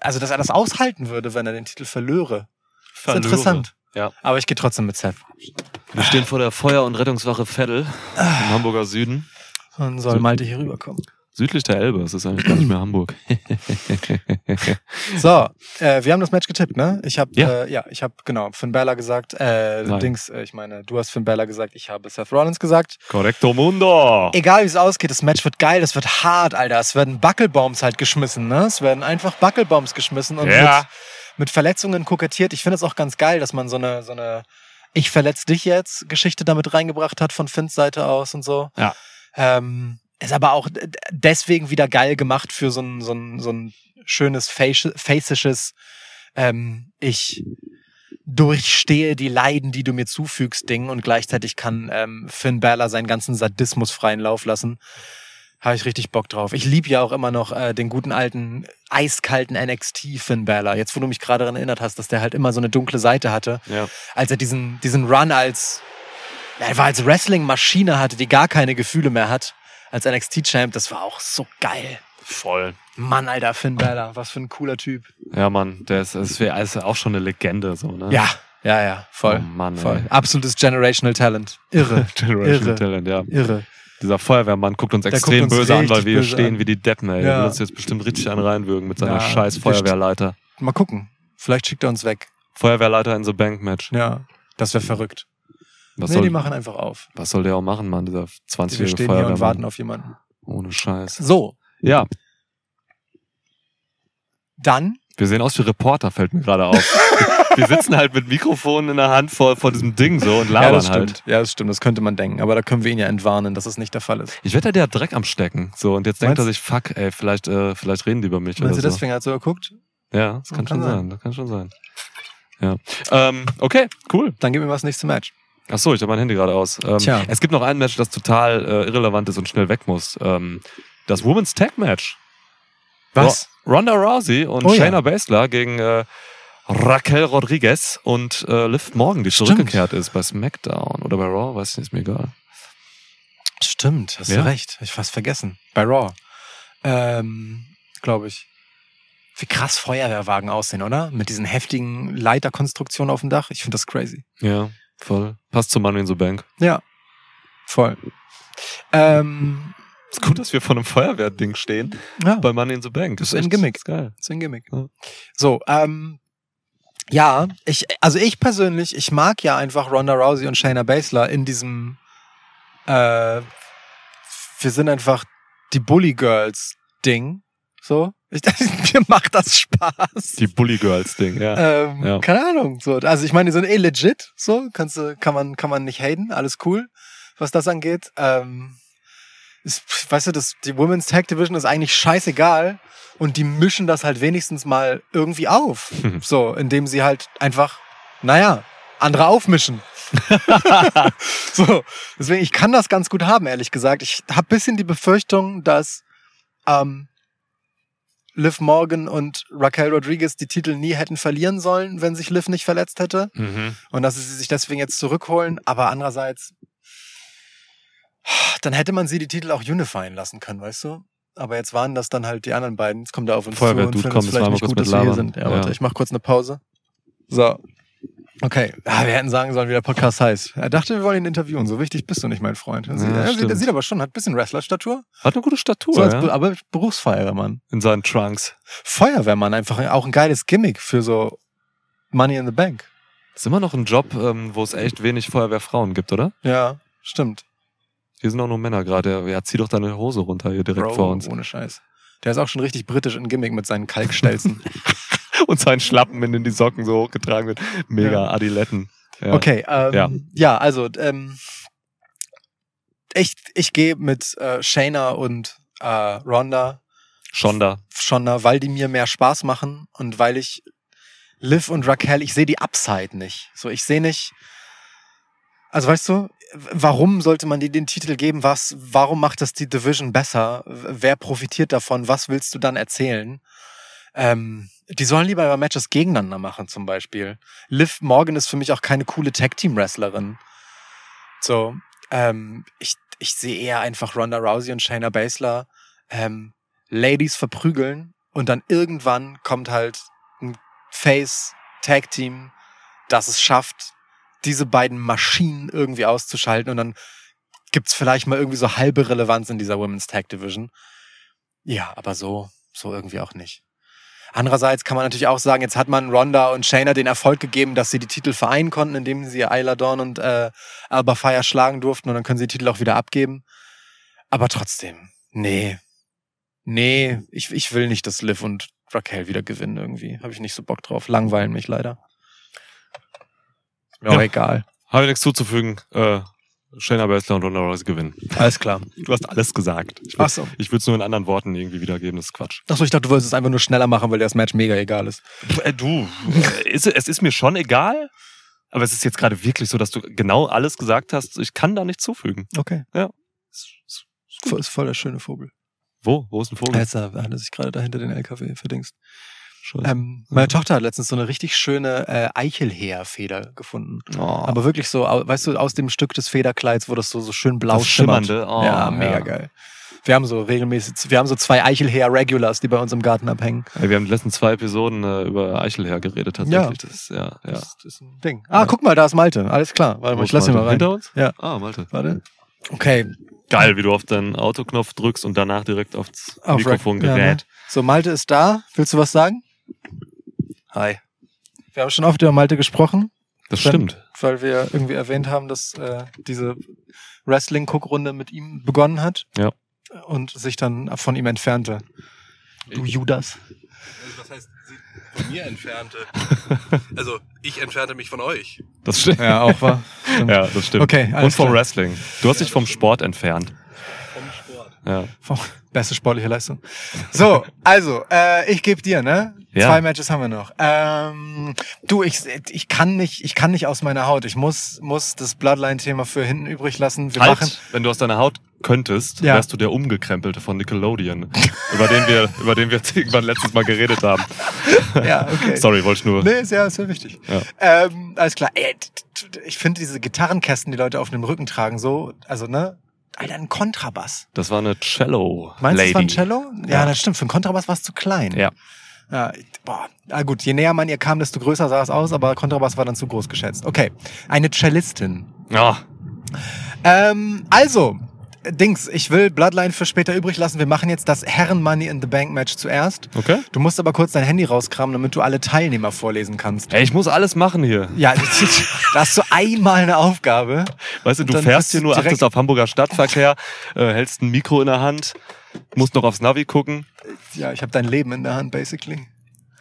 S3: Also, dass er das aushalten würde, wenn er den Titel verlöre. Ist interessant.
S4: Ja.
S3: Aber ich gehe trotzdem mit Seth.
S4: Wir stehen vor der Feuer- und Rettungswache Vettel im Hamburger Süden.
S3: Dann soll
S4: So.
S3: Malte hier rüberkommen.
S4: Südlich der Elbe, es ist eigentlich gar nicht mehr Hamburg.
S3: So, äh, wir haben das Match getippt, ne? Ich habe,
S4: Ja.
S3: ja. Äh, ja, ich habe genau Finn Balor gesagt. Äh,
S4: Nein.
S3: Dings, äh, ich meine, du hast Finn Balor gesagt, ich habe Seth Rollins gesagt.
S4: Correcto Mundo!
S3: Egal wie es ausgeht, das Match wird geil, das wird hart, Alter. Es werden Buckelbombs halt geschmissen, ne? Es werden einfach Buckelbombs geschmissen und
S4: Ja.
S3: mit, mit Verletzungen kokettiert. Ich finde es auch ganz geil, dass man so eine, so eine Ich verletz dich jetzt Geschichte damit reingebracht hat von Finns Seite aus und so.
S4: Ja.
S3: Ähm, ist aber auch d- d- deswegen wieder geil gemacht für so ein, so ein, so ein schönes face- facisches ähm, Ich durchstehe die Leiden, die du mir zufügst, Ding. Und gleichzeitig kann ähm, Finn Balor seinen ganzen Sadismus freien Lauf lassen. Habe ich richtig Bock drauf. Ich liebe ja auch immer noch äh, den guten alten, eiskalten NXT Finn Balor. Jetzt, wo du mich gerade daran erinnert hast, dass der halt immer so eine dunkle Seite hatte
S4: Ja.
S3: als er diesen, diesen Run als, ja, er war als Wrestling-Maschine hatte, die gar keine Gefühle mehr hat, als NXT-Champ, das war auch so geil.
S4: Voll.
S3: Mann, alter Finn Balor, was für ein cooler Typ.
S4: Ja, Mann, der ist, ist, ist auch schon eine Legende, so, ne?
S3: Ja, ja, ja, voll.
S4: Oh Mann,
S3: voll.
S4: ey.
S3: Absolutes Generational Talent. Irre,
S4: Generation
S3: Irre.
S4: Talent, ja.
S3: irre.
S4: Dieser Feuerwehrmann guckt uns
S3: guckt
S4: extrem
S3: uns
S4: böse an, weil
S3: richtig
S4: wir hier
S3: böse
S4: stehen
S3: an.
S4: wie die Deppen, ey.
S3: Ja.
S4: Der will uns jetzt bestimmt richtig einen reinwürgen mit seiner
S3: Ja,
S4: scheiß
S3: wir
S4: Feuerwehrleiter.
S3: Mal gucken. Vielleicht schickt er uns weg.
S4: Feuerwehrleiter in The Bank Match.
S3: Ja. Das wäre verrückt.
S4: Was,
S3: nee,
S4: soll,
S3: die machen einfach auf.
S4: was soll der auch machen, Mann, dieser
S3: Wir
S4: 20-jährige
S3: stehen hier und warten
S4: Feuerwehrmann?
S3: auf jemanden.
S4: Ohne Scheiß.
S3: So,
S4: Ja,
S3: dann
S4: wir sehen aus wie Reporter, fällt mir gerade auf. wir sitzen halt mit Mikrofonen in der Hand vor, vor diesem Ding so und labern halt.
S3: stimmt. Ja, das stimmt. Das könnte man denken. Aber da können wir ihn ja entwarnen, dass es nicht der Fall ist.
S4: Ich wette, der hat Dreck am Stecken. So, und jetzt denkt
S3: Meinst-
S4: er sich, fuck, ey, vielleicht, äh, vielleicht reden die über mich
S3: Meinst du,
S4: oder so.
S3: deswegen hat so geguckt?
S4: Ja, das
S3: Kann
S4: kann, schon sein.
S3: sein.
S4: Das kann schon sein. Ja. Ähm, okay, cool.
S3: Dann gib mir was nächste Match.
S4: Ach so, ich habe mein Handy gerade aus. Ähm,
S3: Tja.
S4: Es gibt noch ein Match, das total äh, irrelevant ist und schnell weg muss. Ähm, das Women's Tag Match.
S3: Was?
S4: Ro- Ronda Rousey und
S3: Oh ja.
S4: Shayna Baszler gegen äh, Raquel Rodriguez und äh, Liv Morgan, die
S3: Stimmt.
S4: zurückgekehrt ist bei SmackDown oder bei Raw, weiß ich nicht, ist mir egal.
S3: Stimmt, hast
S4: Ja.
S3: du recht. Hab Ich fast vergessen. Bei Raw. Ähm, glaube ich. Wie krass Feuerwehrwagen aussehen, oder? Mit diesen heftigen Leiterkonstruktionen auf dem Dach. Ich finde das crazy.
S4: Ja, voll. Passt zu Money in the Bank.
S3: Ja. Voll. Ähm,
S4: Ist gut, dass wir vor einem Feuerwehrding stehen
S3: ja,
S4: bei Money in the Bank.
S3: Das ist ein Gimmick.
S4: Ist geil.
S3: ist ein Gimmick.
S4: Ja.
S3: So, ähm, ja, ich, also ich persönlich, ich mag ja einfach Ronda Rousey und Shayna Baszler in diesem, äh, wir sind einfach die Bully Girls Ding. So, ich, mir macht das Spaß.
S4: Die Bully Girls Ding, ja.
S3: Ähm,
S4: Ja.
S3: Keine Ahnung. So, also ich meine, die sind eh legit. So kannst du, kann man, kann man nicht haten. Alles cool, was das angeht. Ähm, ist, pf, weißt du, das, die Women's Tag Division ist eigentlich scheißegal und die mischen das halt wenigstens mal irgendwie auf.
S4: Mhm.
S3: So, indem sie halt einfach, naja, andere aufmischen. so, deswegen, ich kann das ganz gut haben, ehrlich gesagt. Ich habe bisschen die Befürchtung, dass ähm, Liv Morgan und Raquel Rodriguez die Titel nie hätten verlieren sollen, wenn sich Liv nicht verletzt hätte.
S4: Mhm.
S3: Und dass sie sich deswegen jetzt zurückholen. Aber andererseits, dann hätte man sie die Titel auch unifyen lassen können, weißt du? Aber jetzt waren das dann halt die anderen beiden. Jetzt kommt er auf uns
S4: Feuerwehr,
S3: zu
S4: Dude,
S3: und findet
S4: komm,
S3: es
S4: jetzt
S3: vielleicht
S4: machen wir
S3: nicht
S4: kurz
S3: gut,
S4: mit
S3: dass wir hier
S4: Labern.
S3: sind. Ja,
S4: Ja.
S3: Warte, ich mach kurz eine Pause. So. Okay. Ah, wir hätten sagen sollen, wie der Podcast heißt. Er dachte, wir wollen ihn interviewen. So wichtig bist du nicht, mein Freund. Sie,
S4: Ja,
S3: er sieht, er
S4: stimmt.
S3: sieht aber schon, hat ein bisschen Wrestler-Statur.
S4: Hat eine gute
S3: so
S4: Statur,
S3: als, Be-
S4: ja?
S3: aber Berufsfeuerwehrmann.
S4: In seinen Trunks.
S3: Feuerwehrmann einfach auch ein geiles Gimmick für so Money in the Bank.
S4: Ist immer noch ein Job, ähm, wo es echt wenig Feuerwehrfrauen gibt, oder?
S3: Ja, stimmt.
S4: Hier sind auch nur Männer gerade. Ja, zieh doch deine Hose runter hier direkt
S3: Bro,
S4: vor uns.
S3: Ohne Scheiß. Der ist auch schon richtig britisch in Gimmick mit seinen Kalkstelzen.
S4: Und seinen Schlappen, wenn in die Socken so hochgetragen wird. Mega
S3: Ja.
S4: Adiletten. Ja.
S3: Okay, ähm, ja.
S4: Ja.
S3: also ähm, ich, ich gehe mit äh, Shayna und äh, Ronda
S4: Schon da.
S3: schon, da, weil die mir mehr Spaß machen und weil ich Liv und Raquel, ich sehe die Upside nicht. So, ich sehe nicht. Also weißt du, w- warum sollte man dir den Titel geben? Was, warum macht das die Division besser? W- Wer profitiert davon? Was willst du dann erzählen? Ähm, die sollen lieber mal Matches gegeneinander machen, zum Beispiel. Liv Morgan ist für mich auch keine coole Tag-Team-Wrestlerin. So, ähm, ich, ich sehe eher einfach Ronda Rousey und Shayna Baszler ähm, Ladies verprügeln und dann irgendwann kommt halt ein Face-Tag-Team, das es schafft, diese beiden Maschinen irgendwie auszuschalten und dann gibt's vielleicht mal irgendwie so halbe Relevanz in dieser Women's Tag Division. Ja, aber so, so irgendwie auch nicht. Andererseits kann man natürlich auch sagen, jetzt hat man Ronda und Shayna den Erfolg gegeben, dass sie die Titel vereinen konnten, indem sie Isla Dawn und äh, Alba Fire schlagen durften und dann können sie die Titel auch wieder abgeben. Aber trotzdem, nee. Nee, ich, ich will nicht, dass Liv und Raquel wieder gewinnen irgendwie. Habe ich nicht so Bock drauf. Langweilen mich leider. Ja,
S4: Ja.
S3: egal.
S4: Habe ich nichts zuzufügen. Äh, Shayna Baszler und Ronda Rousey gewinnen.
S3: Alles klar.
S4: Du hast alles gesagt. Ich
S3: Ach
S4: würde
S3: so.
S4: es nur in anderen Worten irgendwie wiedergeben. Das ist Quatsch.
S3: Achso, ich dachte, du wolltest es einfach nur schneller machen, weil dir das Match mega egal ist.
S4: Äh, du, äh, ist, es ist mir schon egal, aber es ist jetzt gerade wirklich so, dass du genau alles gesagt hast. Ich kann da nichts zufügen.
S3: Okay.
S4: Ist- ist-
S3: Ist voll der schöne Vogel.
S4: Wo? Wo ist ein Vogel?
S3: Jetzt äh, hat er sich gerade dahinter den LKW verdingst.
S4: Scheiße.
S3: Ähm, meine Tochter hat letztens so eine richtig schöne äh, Eichelheerfeder gefunden.
S4: oh,
S3: Aber wirklich so, au- weißt du, aus dem Stück des Federkleids, wo das so, so schön blau
S4: Das
S3: schimmert.
S4: Schimmernde, oh,
S3: ja, mega
S4: ja.
S3: geil. Wir haben so regelmäßig, wir haben so zwei Eichelheer-Regulars, die bei uns im Garten abhängen.
S4: Ey, wir haben die letzten zwei Episoden äh, über Eichelherr geredet tatsächlich. Das ist, ja, ja.
S3: Das ist ein Ding. Ah,
S4: Ja.
S3: guck mal, da ist Malte. Alles klar. Warte mal, ich lass ihn mal rein.
S4: Hinter uns?
S3: Ja.
S4: Ah, Malte.
S3: Warte. Okay,
S4: Geil, wie du auf deinen Autoknopf drückst und danach direkt aufs
S3: Auf
S4: Mikrofon
S3: Rec- ja, ne?
S4: gerät.
S3: So, Malte ist da. Willst du was sagen? Hi. Wir haben schon oft über Malte gesprochen,
S4: Das
S3: Dann-
S4: stimmt.
S3: weil wir irgendwie erwähnt haben, dass äh, diese Wrestling-Guckrunde mit ihm begonnen hat.
S4: Ja.
S3: Und sich dann von ihm entfernte. Du Judas.
S5: Was heißt sie von mir entfernte? Also ich entfernte mich von euch.
S4: Das stimmt. Ja.
S3: Ja, auch war.
S4: das stimmt.
S3: Okay, alles
S4: und vom
S3: klar.
S4: Wrestling. Du hast dich vom Sport entfernt.
S5: Vom Sport.
S4: Ja.
S3: Beste sportliche Leistung. So, also, äh, ich gebe dir, ne?
S4: Ja.
S3: Zwei Matches haben wir noch. Ähm, du, ich, ich, kann nicht, ich kann nicht aus meiner Haut. Ich muss, muss das Bloodline-Thema für hinten übrig lassen. Wir machen,
S4: Halt, wenn du aus deiner Haut könntest,
S3: Ja.
S4: wärst du der Umgekrempelte von Nickelodeon, über den wir, über den wir irgendwann letztes Mal geredet haben.
S3: Ja, okay.
S4: Sorry, wollte ich nur.
S3: Nee, ist ja, ist ja wichtig.
S4: Ja.
S3: Ähm, alles klar. Ey, t- t- t- ich finde diese Gitarrenkästen, die Leute auf dem Rücken tragen, so, also, ne? Alter, ein Kontrabass.
S4: Das war eine Cello.
S3: Meinst
S4: Lady.
S3: du, das war ein Cello? Ja,
S4: Ja.
S3: das stimmt. Für einen Kontrabass war es zu klein.
S4: Ja.
S3: ja ich- boah. Ah, gut, je näher man ihr kam, desto größer sah es aus, aber Kontrabass war dann zu groß geschätzt. Okay. Eine Cellistin.
S4: Ja.
S3: Ähm, also, äh, Dings, ich will Bloodline für später übrig lassen. Wir machen jetzt das Herren Money in the Bank Match zuerst.
S4: Okay.
S3: Du musst aber kurz dein Handy rauskramen, damit du alle Teilnehmer vorlesen kannst.
S4: Ey, ich muss alles machen hier.
S3: Ja, das ist- da hast du einmal eine Aufgabe.
S4: Weißt du, du
S3: Dann
S4: fährst
S3: bist du
S4: hier nur,
S3: direkt-
S4: achtest auf Hamburger Stadtverkehr, äh, hältst ein Mikro in der Hand, musst noch aufs Navi gucken.
S3: Ja, ich habe dein Leben in der Hand, basically.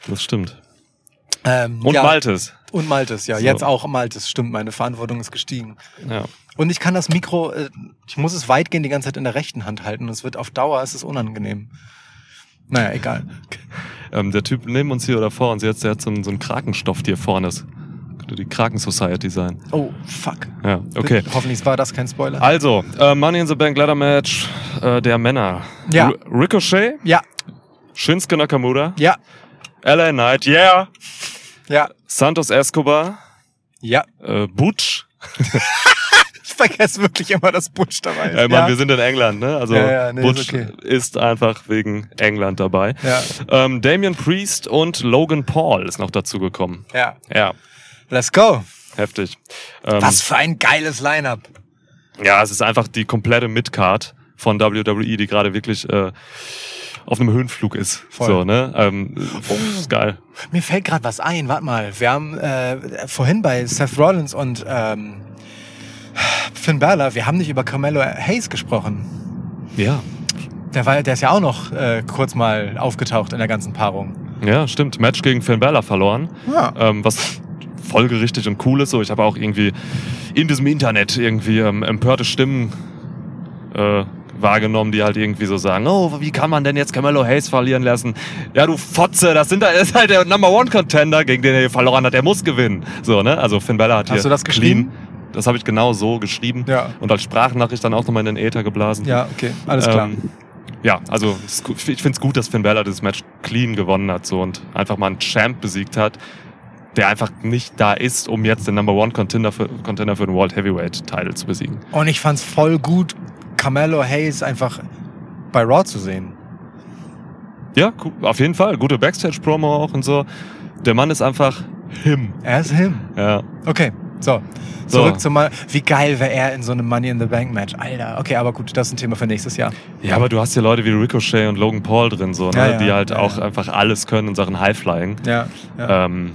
S4: Das stimmt.
S3: Ähm,
S4: Und
S3: ja,
S4: Maltes.
S3: Und Maltes, ja.
S4: So.
S3: Jetzt auch Maltes, stimmt. Meine Verantwortung ist gestiegen.
S4: Ja.
S3: Und ich kann das Mikro, äh, ich muss es weitgehend die ganze Zeit in der rechten Hand halten. Es wird auf Dauer, es ist unangenehm. Naja, egal.
S4: Ähm, der Typ neben uns hier oder vor uns jetzt, der hat so einen, so einen Krakenstoff hier vorne. Das könnte die Kraken Society sein.
S3: Oh, fuck.
S4: Ja, okay.
S3: Hoffentlich war das kein Spoiler.
S4: Also, äh, Money in the Bank Ladder Match äh, der Männer.
S3: Ja.
S4: R Ricochet,
S3: ja,
S4: Shinsuke Nakamura,
S3: ja,
S4: LA Knight, yeah,
S3: ja,
S4: Santos Escobar,
S3: ja.
S4: äh, Butch.
S3: Ich vergesse wirklich immer das Butch dabei. ist.
S4: Ey, Mann,
S3: ja.
S4: wir sind in England, ne? Also
S3: Ja, ja, nee, ist
S4: Butch ist,
S3: okay.
S4: einfach wegen England dabei.
S3: Ja.
S4: Ähm, Damian Priest und Logan Paul ist noch dazugekommen.
S3: ja.
S4: Ja,
S3: Let's go.
S4: heftig. Ähm,
S3: Was für ein geiles Line-Up.
S4: Ja, es ist einfach die komplette Midcard von WWE, die gerade wirklich äh, auf einem Höhenflug ist.
S3: Voll. Oh.
S4: So, ne? Ähm, ist geil.
S3: Mir fällt gerade was ein, warte mal. Wir haben äh, vorhin bei Seth Rollins und ähm, Finn Balor, wir haben nicht über Carmelo Hayes gesprochen.
S4: Ja.
S3: Der, war, der ist ja auch noch äh, kurz mal aufgetaucht in der ganzen Paarung.
S4: Ja, stimmt. Match gegen Finn Balor verloren.
S3: Ja.
S4: Ähm, was folgerichtig und cool ist. So, ich habe auch irgendwie in diesem Internet irgendwie ähm, empörte Stimmen äh, wahrgenommen, die halt irgendwie so sagen, oh, wie kann man denn jetzt Camelo Hayes verlieren lassen? Ja, du Fotze, das, sind, das ist halt der Number One Contender, gegen den er hier verloren hat, der muss gewinnen. So, ne? Also Finn Balor hat
S3: Hast
S4: hier
S3: du das
S4: clean.
S3: geschrieben?
S4: Das habe ich genau so geschrieben
S3: Ja.
S4: und als Sprachnachricht dann auch nochmal in den Äther geblasen.
S3: Ja, okay, alles klar.
S4: Ähm, ja, also es ist gu- ich finde es gut, dass Finn Balor dieses Match clean gewonnen hat so und einfach mal einen Champ besiegt hat, der einfach nicht da ist, um jetzt den Number One Contender für, Contender für den World Heavyweight Title zu besiegen.
S3: Und ich fand's voll gut, Carmelo Hayes einfach bei Raw zu sehen.
S4: Ja, gu- auf jeden Fall. Gute Backstage-Promo auch und so. Der Mann ist einfach him.
S3: Er ist him.
S4: Ja.
S3: Okay, so.
S4: So.
S3: Zurück zum Mal. Wie geil wäre er in so einem Money in the Bank Match? Alter, okay, aber gut, das ist ein Thema für nächstes Jahr.
S4: ja, aber du hast hier Leute wie Ricochet und Logan Paul drin, so, ne?
S3: Ja, ja,
S4: die halt
S3: ja,
S4: auch
S3: ja.
S4: einfach alles können in Sachen High-Flying.
S3: Ja, ja.
S4: Ähm,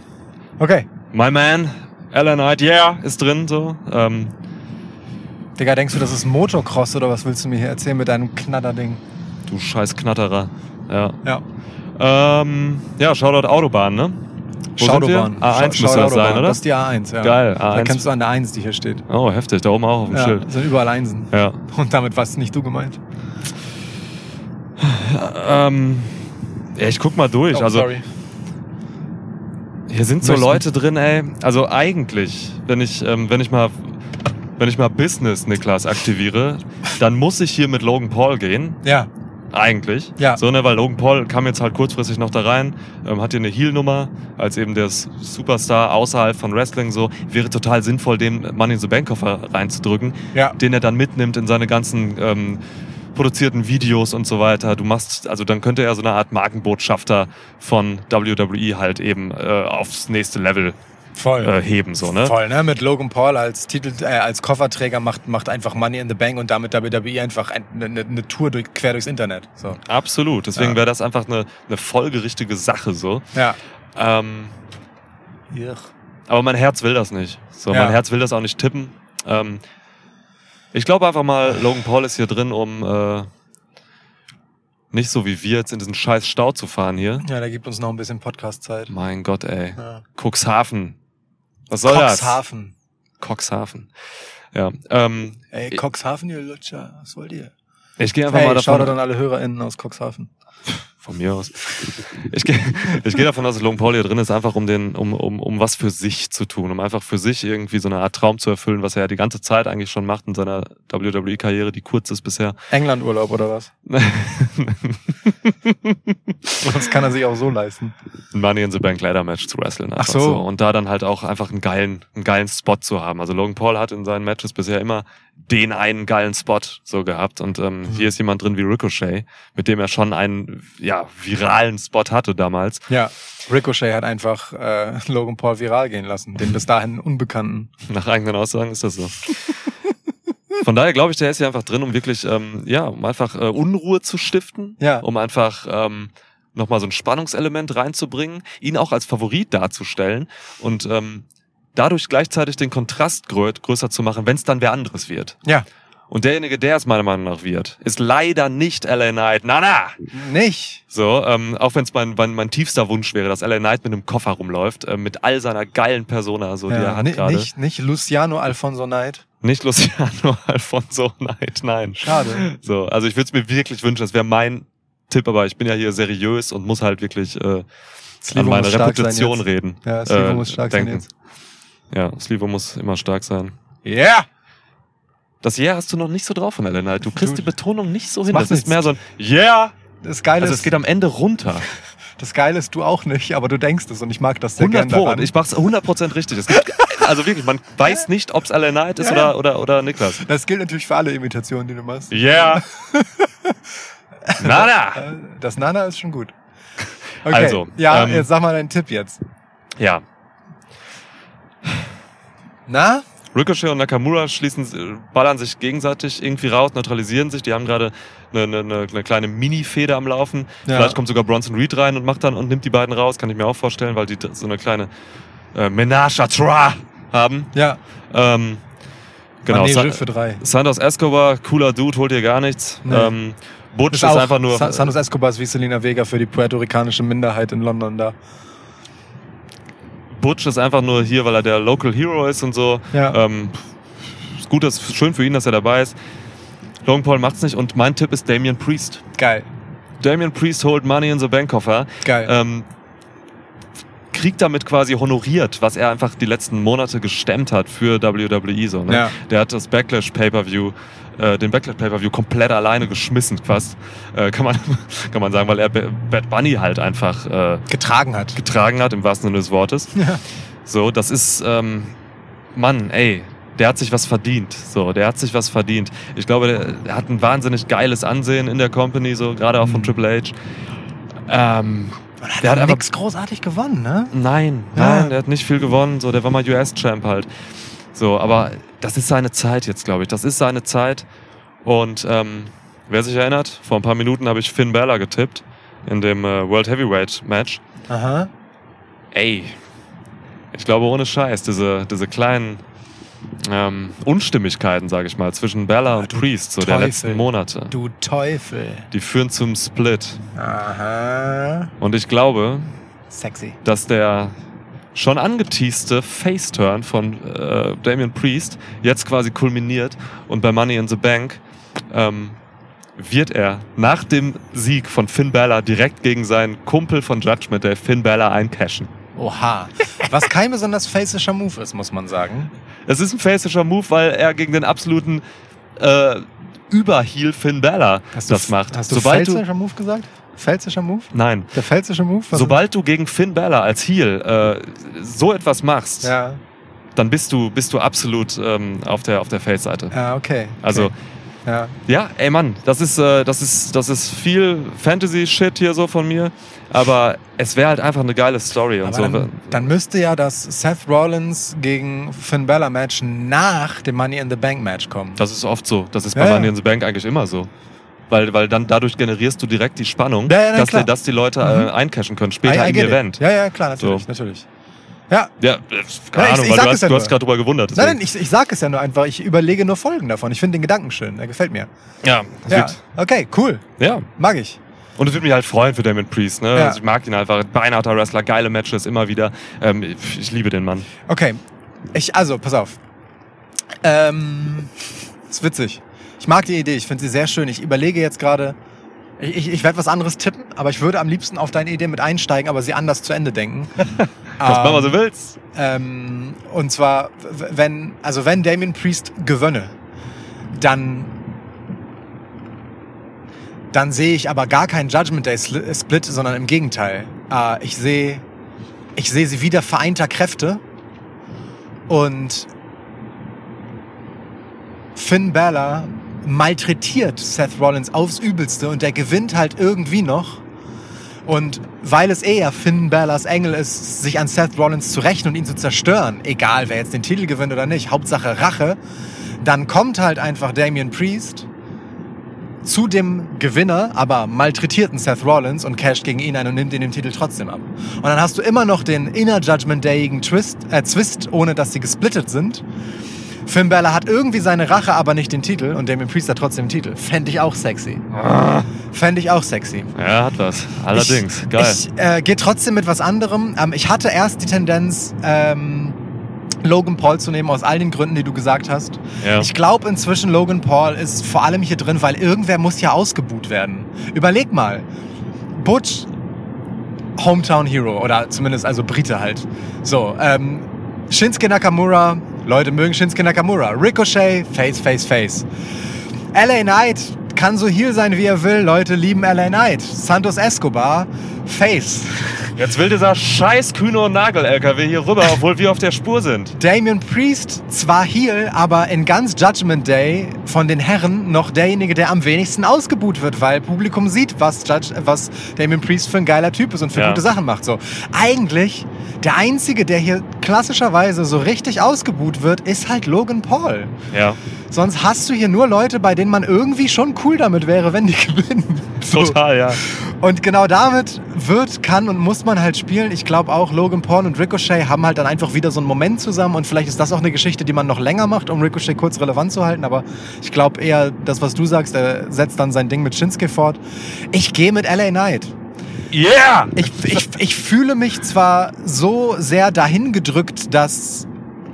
S3: Okay,
S4: my man, Alan Knight, yeah, ist drin, so. Ähm,
S3: Digga, denkst du, das ist Motocross oder was willst du mir hier erzählen mit deinem Knatterding?
S4: du scheiß Knatterer. Ja.
S3: Ja.
S4: Ähm, ja, Shoutout Autobahn, ne? Wo sind wir?
S3: Schaudobahn.
S4: A1
S3: Schau-
S4: müsste das
S3: Schaudautobahn.
S4: sein, oder?
S3: Das ist die A1, ja.
S4: Geil,
S3: Da
S4: A1.
S3: kennst du an der 1, die hier steht.
S4: Oh, heftig, da oben auch auf dem
S3: Ja,
S4: Schild.
S3: sind überall Einsen.
S4: Ja.
S3: Und damit warst nicht du gemeint.
S4: Ähm, ja, ich guck mal durch.
S3: Oh,
S4: also,
S3: sorry.
S4: Hier sind so
S3: Möchten-
S4: Leute drin, ey. Also eigentlich, wenn ich, ähm, wenn ich mal, wenn ich mal Business Niklas aktiviere, dann muss ich hier mit Logan Paul gehen.
S3: Ja,
S4: Eigentlich.
S3: Ja.
S4: So, ne, weil Logan Paul kam jetzt halt kurzfristig noch da rein, ähm, hat hier eine Heal-Nummer, als eben der S- Superstar außerhalb von Wrestling so, wäre total sinnvoll, dem Money in the Bank Koffer reinzudrücken,
S3: ja.
S4: den er dann mitnimmt in seine ganzen, ähm, produzierten Videos und so weiter. Du machst, also dann könnte er so eine Art Markenbotschafter von WWE halt eben äh, aufs nächste Level
S3: Voll.
S4: äh, heben, so, ne?
S3: Voll, ne? Mit Logan Paul als Titel, äh, als Kofferträger macht, macht einfach Money in the Bank und damit WWE einfach ein- eine eine- eine Tour durch, quer durchs Internet. So.
S4: Absolut. Deswegen
S3: Ja.
S4: wäre das einfach eine, eine folgerichtige Sache, so.
S3: Ja.
S4: Ähm, aber mein Herz will das nicht. So,
S3: Ja.
S4: mein Herz will das auch nicht tippen. Ähm, ich glaube einfach mal, Logan Paul ist hier drin, um äh, nicht so wie wir jetzt in diesen scheiß Stau zu fahren hier.
S3: Ja, da gibt uns noch ein bisschen Podcast-Zeit.
S4: Mein Gott, ey.
S3: Ja.
S4: Cuxhaven. Was soll
S3: Coxhaven.
S4: das? Cuxhaven. Ja. Ähm,
S3: Ey, Coxhaven, ihr Lutscher, was wollt ihr?
S4: ich gehe einfach
S3: Hey,
S4: mal
S3: Shoutout
S4: davon.
S3: an alle HörerInnen aus Coxhaven.
S4: Von mir aus. Ich gehe ich gehe davon aus, dass Long Paul hier drin ist, einfach um, den, um, um, um was für sich zu tun, um einfach für sich irgendwie so eine Art Traum zu erfüllen, was er ja die ganze Zeit eigentlich schon macht in seiner WWE-Karriere, die kurz ist bisher.
S3: Englandurlaub oder was? Das kann er sich auch so leisten.
S4: ein Money in the Bank Ladder Match zu wresteln. einfach
S3: Ach so.
S4: Und da dann halt auch einfach einen geilen, einen geilen Spot zu haben. Also Logan Paul hat in seinen Matches bisher immer den einen geilen Spot so gehabt. Und
S3: Mhm.
S4: ähm, hier ist jemand drin wie Ricochet, mit dem er schon einen ja, viralen Spot hatte damals.
S3: Ja, Ricochet hat einfach äh, Logan Paul viral gehen lassen, den bis dahin Unbekannten.
S4: Nach eigenen Aussagen ist das so. Von daher glaube ich, der ist hier einfach drin, um wirklich, ähm, ja, um einfach äh, Unruhe zu stiften,
S3: Ja.
S4: um einfach ähm, nochmal so ein Spannungselement reinzubringen, ihn auch als Favorit darzustellen und ähm, dadurch gleichzeitig den Kontrast grö größer zu machen, wenn es dann wer anderes wird.
S3: Ja,
S4: Und derjenige, der es meiner Meinung nach wird, ist leider nicht LA Knight. Na na!
S3: nicht.
S4: So, ähm, auch wenn es mein, mein, mein tiefster Wunsch wäre, dass LA Knight mit einem Koffer rumläuft, äh, mit all seiner geilen Persona, so die er
S3: Ja,
S4: hat
S3: ni-
S4: gerade.
S3: nicht, nicht Luciano Alfonso Knight.
S4: Nicht Luciano Alfonso Knight, nein.
S3: Schade.
S4: So, also ich würde es mir wirklich wünschen, das wäre mein Tipp, aber ich bin ja hier seriös und muss halt wirklich äh, an
S3: muss
S4: meine
S3: stark
S4: Reputation
S3: sein
S4: reden. Äh,
S3: Ja, Slivo muss stark sein jetzt.
S4: Ja, Slivo muss immer stark sein.
S3: Ja! Yeah!
S4: Das Yeah hast du noch nicht so drauf von Ellen halt. Du kriegst
S3: Du-
S4: die Betonung nicht so hin.
S3: macht
S4: Das ist
S3: nichts.
S4: mehr so ein Yeah!
S3: Das Geile,
S4: Also es
S3: ist,
S4: geht am Ende runter.
S3: das Geile ist, du auch nicht, aber du denkst es und ich mag das sehr
S4: 100
S3: gerne
S4: Pro.
S3: daran.
S4: Und ich mach's 100 richtig. Es gibt, also wirklich, man weiß nicht, ob's Ellen Knight ist
S3: Ja.
S4: oder, oder, oder Niklas.
S3: das gilt natürlich für alle Imitationen, die du machst.
S4: Yeah! Nada!
S3: Äh, Das Nana ist schon gut. Okay,
S4: Also,
S3: ja,
S4: ähm,
S3: jetzt sag mal deinen Tipp jetzt.
S4: Ja,
S3: Na?
S4: Ricochet und Nakamura schließen, äh, ballern sich gegenseitig irgendwie raus, neutralisieren sich. Die haben gerade eine, eine, eine eine kleine Mini-Feder am Laufen.
S3: Ja.
S4: Vielleicht kommt sogar Bronson Reed rein und macht dann und nimmt die beiden raus. Kann ich mir auch vorstellen, weil die d- so eine kleine äh, Menage à trois haben.
S3: Ja,
S4: Ähm, genau.
S3: Manege
S4: Sa-
S3: Ah, für drei.
S4: Santos Escobar, cooler Dude, holt hier gar nichts.
S3: Nee.
S4: Ähm, Butch ist, einfach nur. äh,
S3: Sa Santos Escobar ist wie Selena Vega für die puerto-ricanische Minderheit in London da.
S4: Butch ist einfach nur hier, weil er der Local Hero ist und so.
S3: Ja.
S4: Ähm, ist gut, ist schön für ihn, dass er dabei ist. Logan Paul macht's nicht und mein Tipp ist Damian Priest.
S3: Geil,
S4: Damian Priest holt Money in the Bank Koffer.
S3: geil.
S4: Ähm, kriegt damit quasi honoriert, was er einfach die letzten Monate gestemmt hat für WWE. So, ne?
S3: Ja.
S4: Der hat das Backlash Pay-Per-View, äh, den Backlash Pay-Per-View komplett alleine geschmissen fast. Äh, kann, man, kann man sagen, weil er Ba- Bad Bunny halt einfach äh,
S3: Getragen hat.
S4: getragen hat, im wahrsten Sinne des Wortes.
S3: Ja.
S4: So, das ist, ähm, Mann, ey, der hat sich was verdient. So, der hat sich was verdient. Ich glaube, der, der hat ein wahnsinnig geiles Ansehen in der Company, so gerade auch von
S3: Mhm.
S4: Triple H. Ähm, der hat
S3: aber
S4: einfach
S3: nix großartig gewonnen, ne?
S4: Nein,
S3: Ja.
S4: nein, der hat nicht viel gewonnen. So, der war mal US-Champ halt. So, aber das ist seine Zeit jetzt, glaube ich. Das ist seine Zeit. Und ähm, wer sich erinnert, vor ein paar Minuten habe ich Finn Balor getippt in dem äh, World Heavyweight Match.
S3: Aha.
S4: Ey, ich glaube ohne Scheiß, diese, diese kleinen ähm, Unstimmigkeiten, sage ich mal, zwischen Bella und
S3: du
S4: Priest, so der
S3: Teufel.
S4: letzten Monate,
S3: Du Teufel.
S4: die führen zum Split.
S3: Aha.
S4: Und ich glaube,
S3: Sexy.
S4: dass der schon angeteaste Face-Turn von äh, Damian Priest jetzt quasi kulminiert und bei Money in the Bank ähm, wird er nach dem Sieg von Finn Balor direkt gegen seinen Kumpel von Judgment Day, Finn Balor, eincashen.
S3: Oha. Was kein besonders facischer Move ist, muss man sagen.
S4: Es ist ein facischer Move, weil er gegen den absoluten äh, Überheal Finn Balor das macht.
S3: Hast du
S4: Sobald du,
S3: felsischer Move gesagt? Felsischer Move?
S4: nein,
S3: Der felsische Move? Was-
S4: sobald du gegen Finn Balor als Heal äh, so etwas machst,
S3: Ja.
S4: dann bist du bist du absolut ähm, auf der auf der Face-Seite.
S3: Ja, Ah, okay. okay.
S4: Also
S3: Ja.
S4: ja, ey Mann, das ist äh, das ist das ist viel Fantasy-Shit hier so von mir, aber es wäre halt einfach eine geile Story und
S3: Aber
S4: so.
S3: dann, dann müsste ja das Seth Rollins gegen Finn Balor Match nach dem Money in the Bank Match kommen.
S4: Das ist oft so. Das ist
S3: Ja,
S4: bei
S3: ja.
S4: Money in the Bank eigentlich immer so. Weil, weil dann dadurch generierst du direkt die Spannung,
S3: Ja, ja, na
S4: dass,
S3: klar.
S4: die, dass die Leute äh, eincashen können,
S3: I-
S4: später
S3: I
S4: im
S3: get it.
S4: Event. Ja,
S3: Ja, ja, klar, natürlich,
S4: So.
S3: natürlich. Ja,
S4: äh, keine
S3: Ja, ich-
S4: Ahnung,
S3: ich
S4: weil
S3: sag
S4: du
S3: es
S4: hast,
S3: ja
S4: du
S3: nur.
S4: hast gerade drüber gewundert.
S3: Nein,
S4: deswegen.
S3: nein, ich, ich sag es ja nur einfach. Ich überlege nur Folgen davon. Ich finde den Gedanken schön. Der gefällt mir.
S4: ja, es
S3: Ja.
S4: Wird,
S3: Okay, cool.
S4: ja,
S3: Mag ich.
S4: und es würde mich halt freuen für Damon Priest. Ne?
S3: Ja.
S4: Also ich mag ihn einfach. Beinharter Wrestler, geile Matches immer wieder. Ähm, ich, ich liebe den Mann.
S3: Okay. Ich, also, pass auf. Ähm, ist witzig. Ich mag die Idee. Ich finde sie sehr schön. Ich überlege jetzt gerade, Ich, ich, ich werde was anderes tippen, aber ich würde am liebsten auf deine Idee mit einsteigen, aber sie anders zu Ende denken.
S4: Kannst machen, was du willst.
S3: Ähm, und zwar, w- wenn, also wenn Damien Priest gewönne, dann, dann sehe ich aber gar keinen Judgment Day Sli- Split, sondern im Gegenteil. Äh, ich sehe, ich sehe sie wieder vereinter Kräfte und Finn Balor malträtiert Seth Rollins aufs Übelste und der gewinnt halt irgendwie noch. Und weil es eher Finn Balors Engel ist, sich an Seth Rollins zu rächen und ihn zu zerstören, egal wer jetzt den Titel gewinnt oder nicht, Hauptsache Rache, dann kommt halt einfach Damian Priest zu dem Gewinner, aber malträtierten Seth Rollins und casht gegen ihn ein und nimmt ihn den Titel trotzdem ab. Und dann hast du immer noch den Inner Judgment Dayigen Twist, äh, Twist, ohne dass sie gesplittet sind. Finn Balor hat irgendwie seine Rache, aber nicht den Titel und Damian Priest hat trotzdem den Titel. Fänd ich auch sexy. Fänd ich auch sexy.
S4: Ja, hat was. Allerdings.
S3: Ich,
S4: Geil.
S3: Ich äh, gehe trotzdem mit was anderem. Ähm, ich hatte erst die Tendenz, ähm, Logan Paul zu nehmen, aus all den Gründen, die du gesagt hast.
S4: ja.
S3: Ich glaube inzwischen, Logan Paul ist vor allem hier drin, weil irgendwer muss ja ausgebuht werden. Überleg mal. Butch, Hometown Hero, oder zumindest also Brite halt. So, ähm, Shinsuke Nakamura, Leute mögen Shinsuke Nakamura. Ricochet, Face, Face, Face. LA Knight kann so heel sein, wie er will. Leute lieben LA Knight. Santos Escobar, Face.
S4: Jetzt will dieser scheiß Kühne- und Nagel-LKW hier rüber, obwohl wir auf der Spur sind.
S3: Damian Priest zwar heel, aber in ganz Judgment Day von den Herren noch derjenige, der am wenigsten ausgebuht wird, weil Publikum sieht, was, Judge, was Damian Priest für ein geiler Typ ist und für
S4: Ja.
S3: gute Sachen macht. So eigentlich der einzige, der hier klassischerweise so richtig ausgebuht wird, ist halt Logan Paul.
S4: Ja,
S3: Sonst hast du hier nur Leute, bei denen man irgendwie schon cool damit wäre, wenn die gewinnen. So.
S4: total, ja.
S3: Und genau damit wird, kann und muss man halt spielen. Ich glaube auch, Logan Paul und Ricochet haben halt dann einfach wieder so einen Moment zusammen und vielleicht ist das auch eine Geschichte, die man noch länger macht, um Ricochet kurz relevant zu halten. Aber ich glaube eher, das, was du sagst, er setzt dann sein Ding mit Shinsuke fort. Ich gehe mit LA Knight.
S4: Yeah!
S3: Ich, ich, ich fühle mich zwar so sehr dahin gedrückt, dass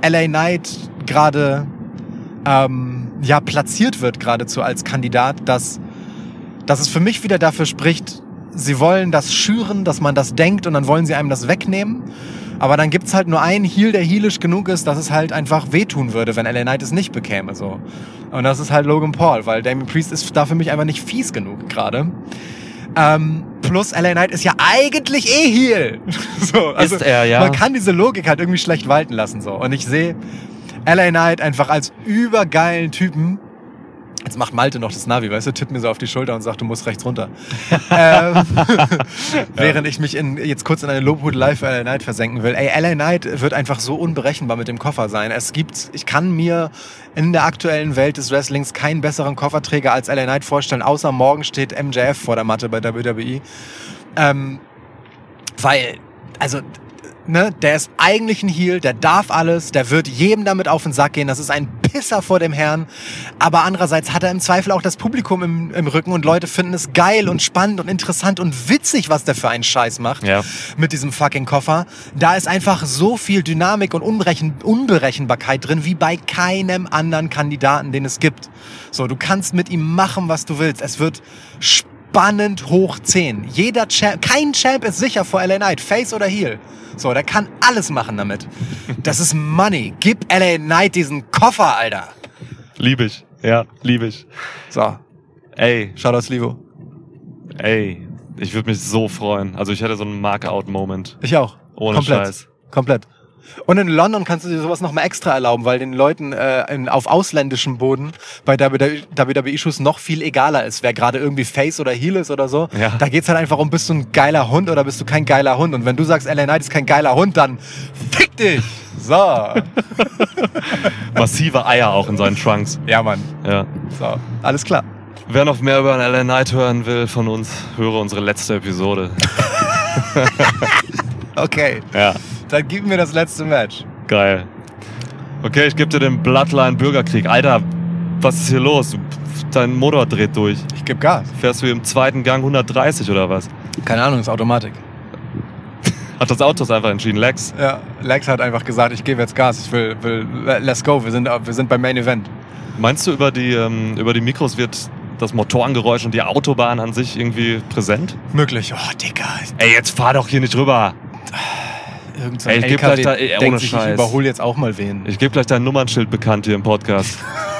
S3: LA Knight gerade ähm, ja, platziert wird geradezu als Kandidat, dass, dass es für mich wieder dafür spricht, sie wollen das schüren, dass man das denkt und dann wollen sie einem das wegnehmen. Aber dann gibt's halt nur einen Heal, der healisch genug ist, dass es halt einfach wehtun würde, wenn LA Knight es nicht bekäme. So. Und das ist halt Logan Paul, weil Damien Priest ist da für mich einfach nicht fies genug gerade. Ähm, plus LA Knight ist ja eigentlich eh Heal. So, also
S4: Ist er, ja.
S3: Man kann diese Logik halt irgendwie schlecht walten lassen. So. Und ich sehe LA Knight einfach als übergeilen Typen. Jetzt macht Malte noch das Navi, weißt du, tippt mir so auf die Schulter und sagt, du musst rechts runter. ähm, während ich mich in, jetzt kurz in eine Lobhudelei für LA Knight versenken will. Ey, LA Knight wird einfach so unberechenbar mit dem Koffer sein. Es gibt, ich kann mir in der aktuellen Welt des Wrestlings keinen besseren Kofferträger als LA Knight vorstellen, außer morgen steht MJF vor der Matte bei E. WWE. Ähm, weil, also, ne, der ist eigentlich ein Heel, der darf alles, der wird jedem damit auf den Sack gehen, das ist ein Pisser vor dem Herrn. Aber andererseits hat er im Zweifel auch das Publikum im, im Rücken und Leute finden es geil und spannend und interessant und witzig, was der für einen Scheiß macht
S4: Ja.
S3: mit diesem fucking Koffer. Da ist einfach so viel Dynamik und Unberechen Unberechenbarkeit drin, wie bei keinem anderen Kandidaten, den es gibt. So, du kannst mit ihm machen, was du willst. Es wird spannend hoch 10. Jeder Champ, kein Champ ist sicher vor LA Knight, Face oder Heel. So, der kann alles machen damit. Das ist Money. Gib LA Knight diesen Koffer, Alter.
S4: Lieb ich. Ja, lieb ich.
S3: So,
S4: Ey,
S3: Shoutouts Livo.
S4: ey. Ich würde mich so freuen. Also ich hätte so einen Mark-Out-Moment.
S3: Ich auch.
S4: Ohne
S3: Komplett.
S4: Scheiß.
S3: Komplett. Und in London kannst du dir sowas nochmal extra erlauben, weil den Leuten äh, in, auf ausländischem Boden bei WWE-Shows noch viel egaler ist, wer gerade irgendwie Face oder Heel ist oder so.
S4: Ja.
S3: Da geht's halt einfach um, bist du ein geiler Hund oder bist du kein geiler Hund. Und wenn du sagst, LA Knight ist kein geiler Hund, dann fick dich! So.
S4: Massive Eier auch in seinen Trunks.
S3: ja, Mann.
S4: Ja.
S3: So. Alles klar.
S4: Wer noch mehr über Alan Knight hören will von uns, höre unsere letzte Episode.
S3: Okay.
S4: Ja.
S3: Dann gib mir das letzte Match.
S4: Geil. Okay, ich gebe dir den Bloodline-Bürgerkrieg. Alter, was ist hier los? Dein Motor dreht durch.
S3: Ich geb Gas.
S4: Fährst du im zweiten Gang 130 oder was?
S3: Keine Ahnung, ist Automatik.
S4: Hat das Auto es einfach entschieden, Lex?
S3: Ja, Lex hat einfach gesagt, ich gebe jetzt Gas. Ich will, will, let's go. Wir sind, wir sind beim Main Event.
S4: Meinst du, über die, ähm, über die Mikros wird das Motorengeräusch und die Autobahn an sich irgendwie präsent?
S3: Möglich. Oh, Digga.
S4: Ey, jetzt fahr doch hier nicht rüber.
S3: Irgend so
S4: Ey,
S3: ein
S4: ich geb
S3: LKW
S4: gleich da- ey,
S3: denkt
S4: ohne
S3: sich, ich
S4: Scheiß.
S3: überhole jetzt auch mal wen.
S4: Ich gebe gleich dein Nummernschild bekannt hier im Podcast.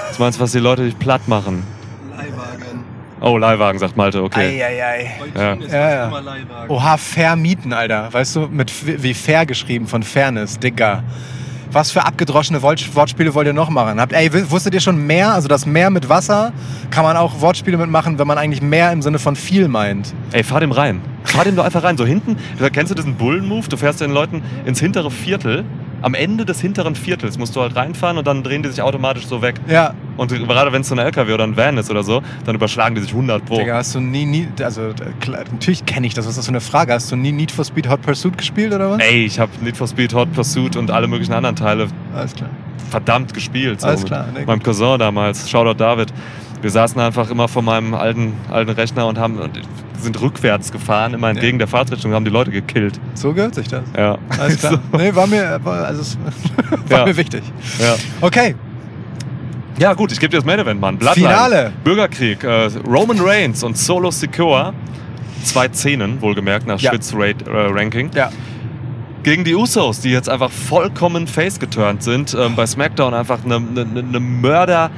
S4: Was meinst du, was die Leute dich platt machen?
S5: Leihwagen.
S4: Oh, Leihwagen, sagt Malte, okay.
S3: Eieiei.
S5: Bei
S4: Ja.
S5: Jean ist
S3: Ja,
S5: fast
S3: ja. Oh.
S5: immer Leihwagen.
S3: Oha, vermieten, Alter. Weißt du, mit f- wie fair geschrieben von Fairness, Digga. Was für abgedroschene Wort- Wortspiele wollt ihr noch machen? Habt, ey, w- wusstet ihr schon mehr? Also das Meer mit Wasser kann man auch Wortspiele mitmachen, wenn man eigentlich mehr im Sinne von viel meint.
S4: Ey, fahr dem rein. Fahr dem doch einfach rein. So hinten, da kennst du diesen Bullen-Move? Du fährst den Leuten ins hintere Viertel. Am Ende des hinteren Viertels musst du halt reinfahren und dann drehen die sich automatisch so weg.
S3: Ja,
S4: Und gerade wenn es so ein LKW oder ein Van ist oder so, dann überschlagen die sich 100 pro.
S3: Digga, hast du nie, nie, also äh, klar, natürlich kenne ich das, was ist das für eine Frage? Hast du nie Need for Speed Hot Pursuit gespielt oder was?
S4: Ey, ich habe Need for Speed, Hot Pursuit und alle möglichen anderen Teile
S3: Alles klar.
S4: verdammt gespielt. So
S3: Alles
S4: mit
S3: klar, ne,
S4: meinem Cousin damals, Shoutout David. Wir saßen einfach immer vor meinem alten, alten Rechner und haben und sind rückwärts gefahren, immer entgegen der Fahrtrichtung, haben die Leute gekillt.
S3: So gehört sich das.
S4: Ja.
S3: Alles klar. Nee, war mir, war, also, es war
S4: Ja.
S3: mir wichtig.
S4: So, ja.
S3: Okay,
S4: ja, gut, ich gebe dir das Main Event, Mann. Bloodline,
S3: Finale.
S4: Bürgerkrieg, äh, Roman Reigns und Solo Secure. Zwei Szenen, wohlgemerkt, nach äh,
S3: Ja.
S4: Schwitz-Ranking.
S3: ja.
S4: Gegen die Usos, die jetzt einfach vollkommen face geturnt sind, ähm, bei SmackDown einfach ne, eine, eine, eine Mörder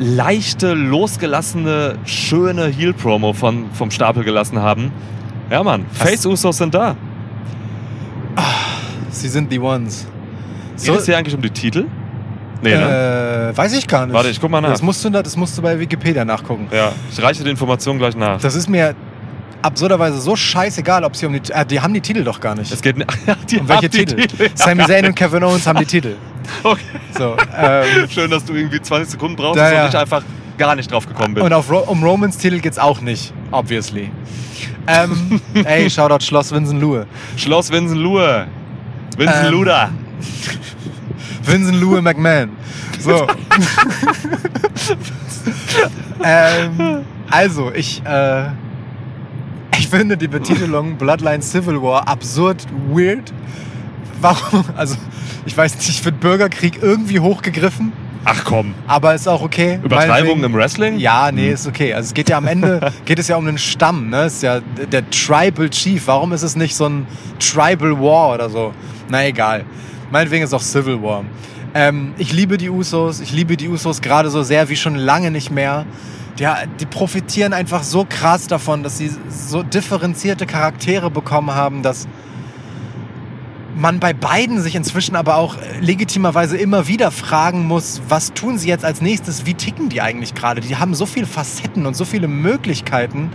S4: leichte, losgelassene, schöne Heel-Promo von, vom Stapel gelassen haben. Ja, Mann,
S3: Was?
S4: Face-Usos sind da.
S3: Sie sind die Ones.
S4: Geht es hier eigentlich um die Titel? Nee, ne?
S3: äh, weiß ich gar nicht.
S4: Warte, ich guck mal nach.
S3: Das musst du, da- das musst du bei Wikipedia nachgucken.
S4: Ja, ich reiche die Information gleich nach.
S3: Das ist mir absurderweise so scheißegal, ob sie um die, äh, die haben die Titel doch gar nicht.
S4: Es geht nicht. Ja, die
S3: um welche
S4: haben die
S3: Titel? Sami Zayn und Kevin Owens haben die Titel.
S4: Okay.
S3: So, ähm,
S4: Schön, dass du irgendwie 20 Sekunden brauchst
S3: Ja,
S4: und
S3: ja.
S4: ich einfach gar nicht drauf gekommen bin.
S3: und auf Ro um Romans Titel geht's auch nicht, obviously. Ähm, ey, Shoutout Schloss Winsenluhe.
S4: Schloss Winsen-Lue. Winsen-Luda.
S3: Ähm. Winsenluhe McMahon. So. ähm, also, ich, äh, ich finde die Betitelung Bloodline Civil War absurd weird. Warum? Also, ich weiß nicht, ich finde Bürgerkrieg irgendwie hochgegriffen,
S4: Ach komm.
S3: aber ist auch okay.
S4: Übertreibungen
S3: Meinetwegen-
S4: im Wrestling?
S3: Ja, nee, ist okay. Also es geht ja am Ende, geht es ja um den Stamm, ne? Ist ja der Tribal Chief. Warum ist es nicht so ein Tribal War oder so? Na egal. Meinetwegen ist auch Civil War. Ähm, ich liebe die Usos. Ich liebe die Usos gerade so sehr wie schon lange nicht mehr. Ja, die profitieren einfach so krass davon, dass sie so differenzierte Charaktere bekommen haben, dass man bei beiden sich inzwischen aber auch äh, legitimerweise immer wieder fragen muss, was tun sie jetzt als nächstes, wie ticken die eigentlich gerade? Die haben so viele Facetten und so viele Möglichkeiten,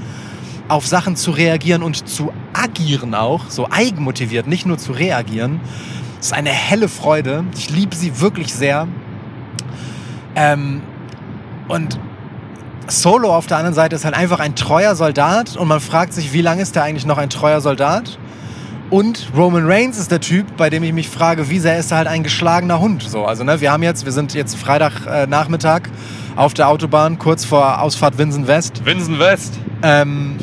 S3: auf Sachen zu reagieren und zu agieren auch, so eigenmotiviert, nicht nur zu reagieren. Das ist eine helle Freude. Ich liebe sie wirklich sehr. Ähm, und Solo auf der anderen Seite ist halt einfach ein treuer Soldat und man fragt sich, wie lange ist der eigentlich noch ein treuer Soldat? Und Roman Reigns ist der Typ, bei dem ich mich frage, wie sehr ist er halt ein geschlagener Hund. So, also ne, wir haben jetzt, wir sind jetzt Freitagnachmittag äh, Nachmittag auf der Autobahn, kurz vor Ausfahrt Winsen West.
S4: Winsen West.
S3: Ähm,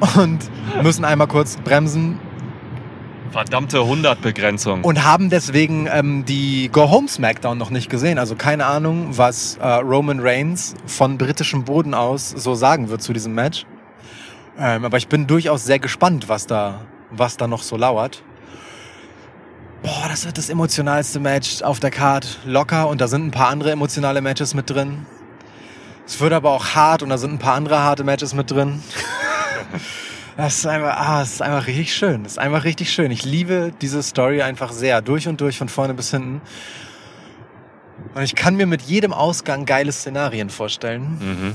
S3: und müssen einmal kurz bremsen
S4: Verdammte 100-Begrenzung.
S3: und haben deswegen ähm, die Go-Home-Smackdown noch nicht gesehen. Also keine Ahnung, was äh, Roman Reigns von britischem Boden aus so sagen wird zu diesem Match. Ähm, aber ich bin durchaus sehr gespannt, was da, was da noch so lauert. Boah, das wird das emotionalste Match auf der Card. Locker und da sind ein paar andere emotionale Matches mit drin. Es wird aber auch hart und da sind ein paar andere harte Matches mit drin. Das ist einfach, ah, das ist einfach richtig schön. Das ist einfach richtig schön. Ich liebe diese Story einfach sehr. Durch und durch, von vorne bis hinten. Und ich kann mir mit jedem Ausgang geile Szenarien vorstellen.
S4: Mhm.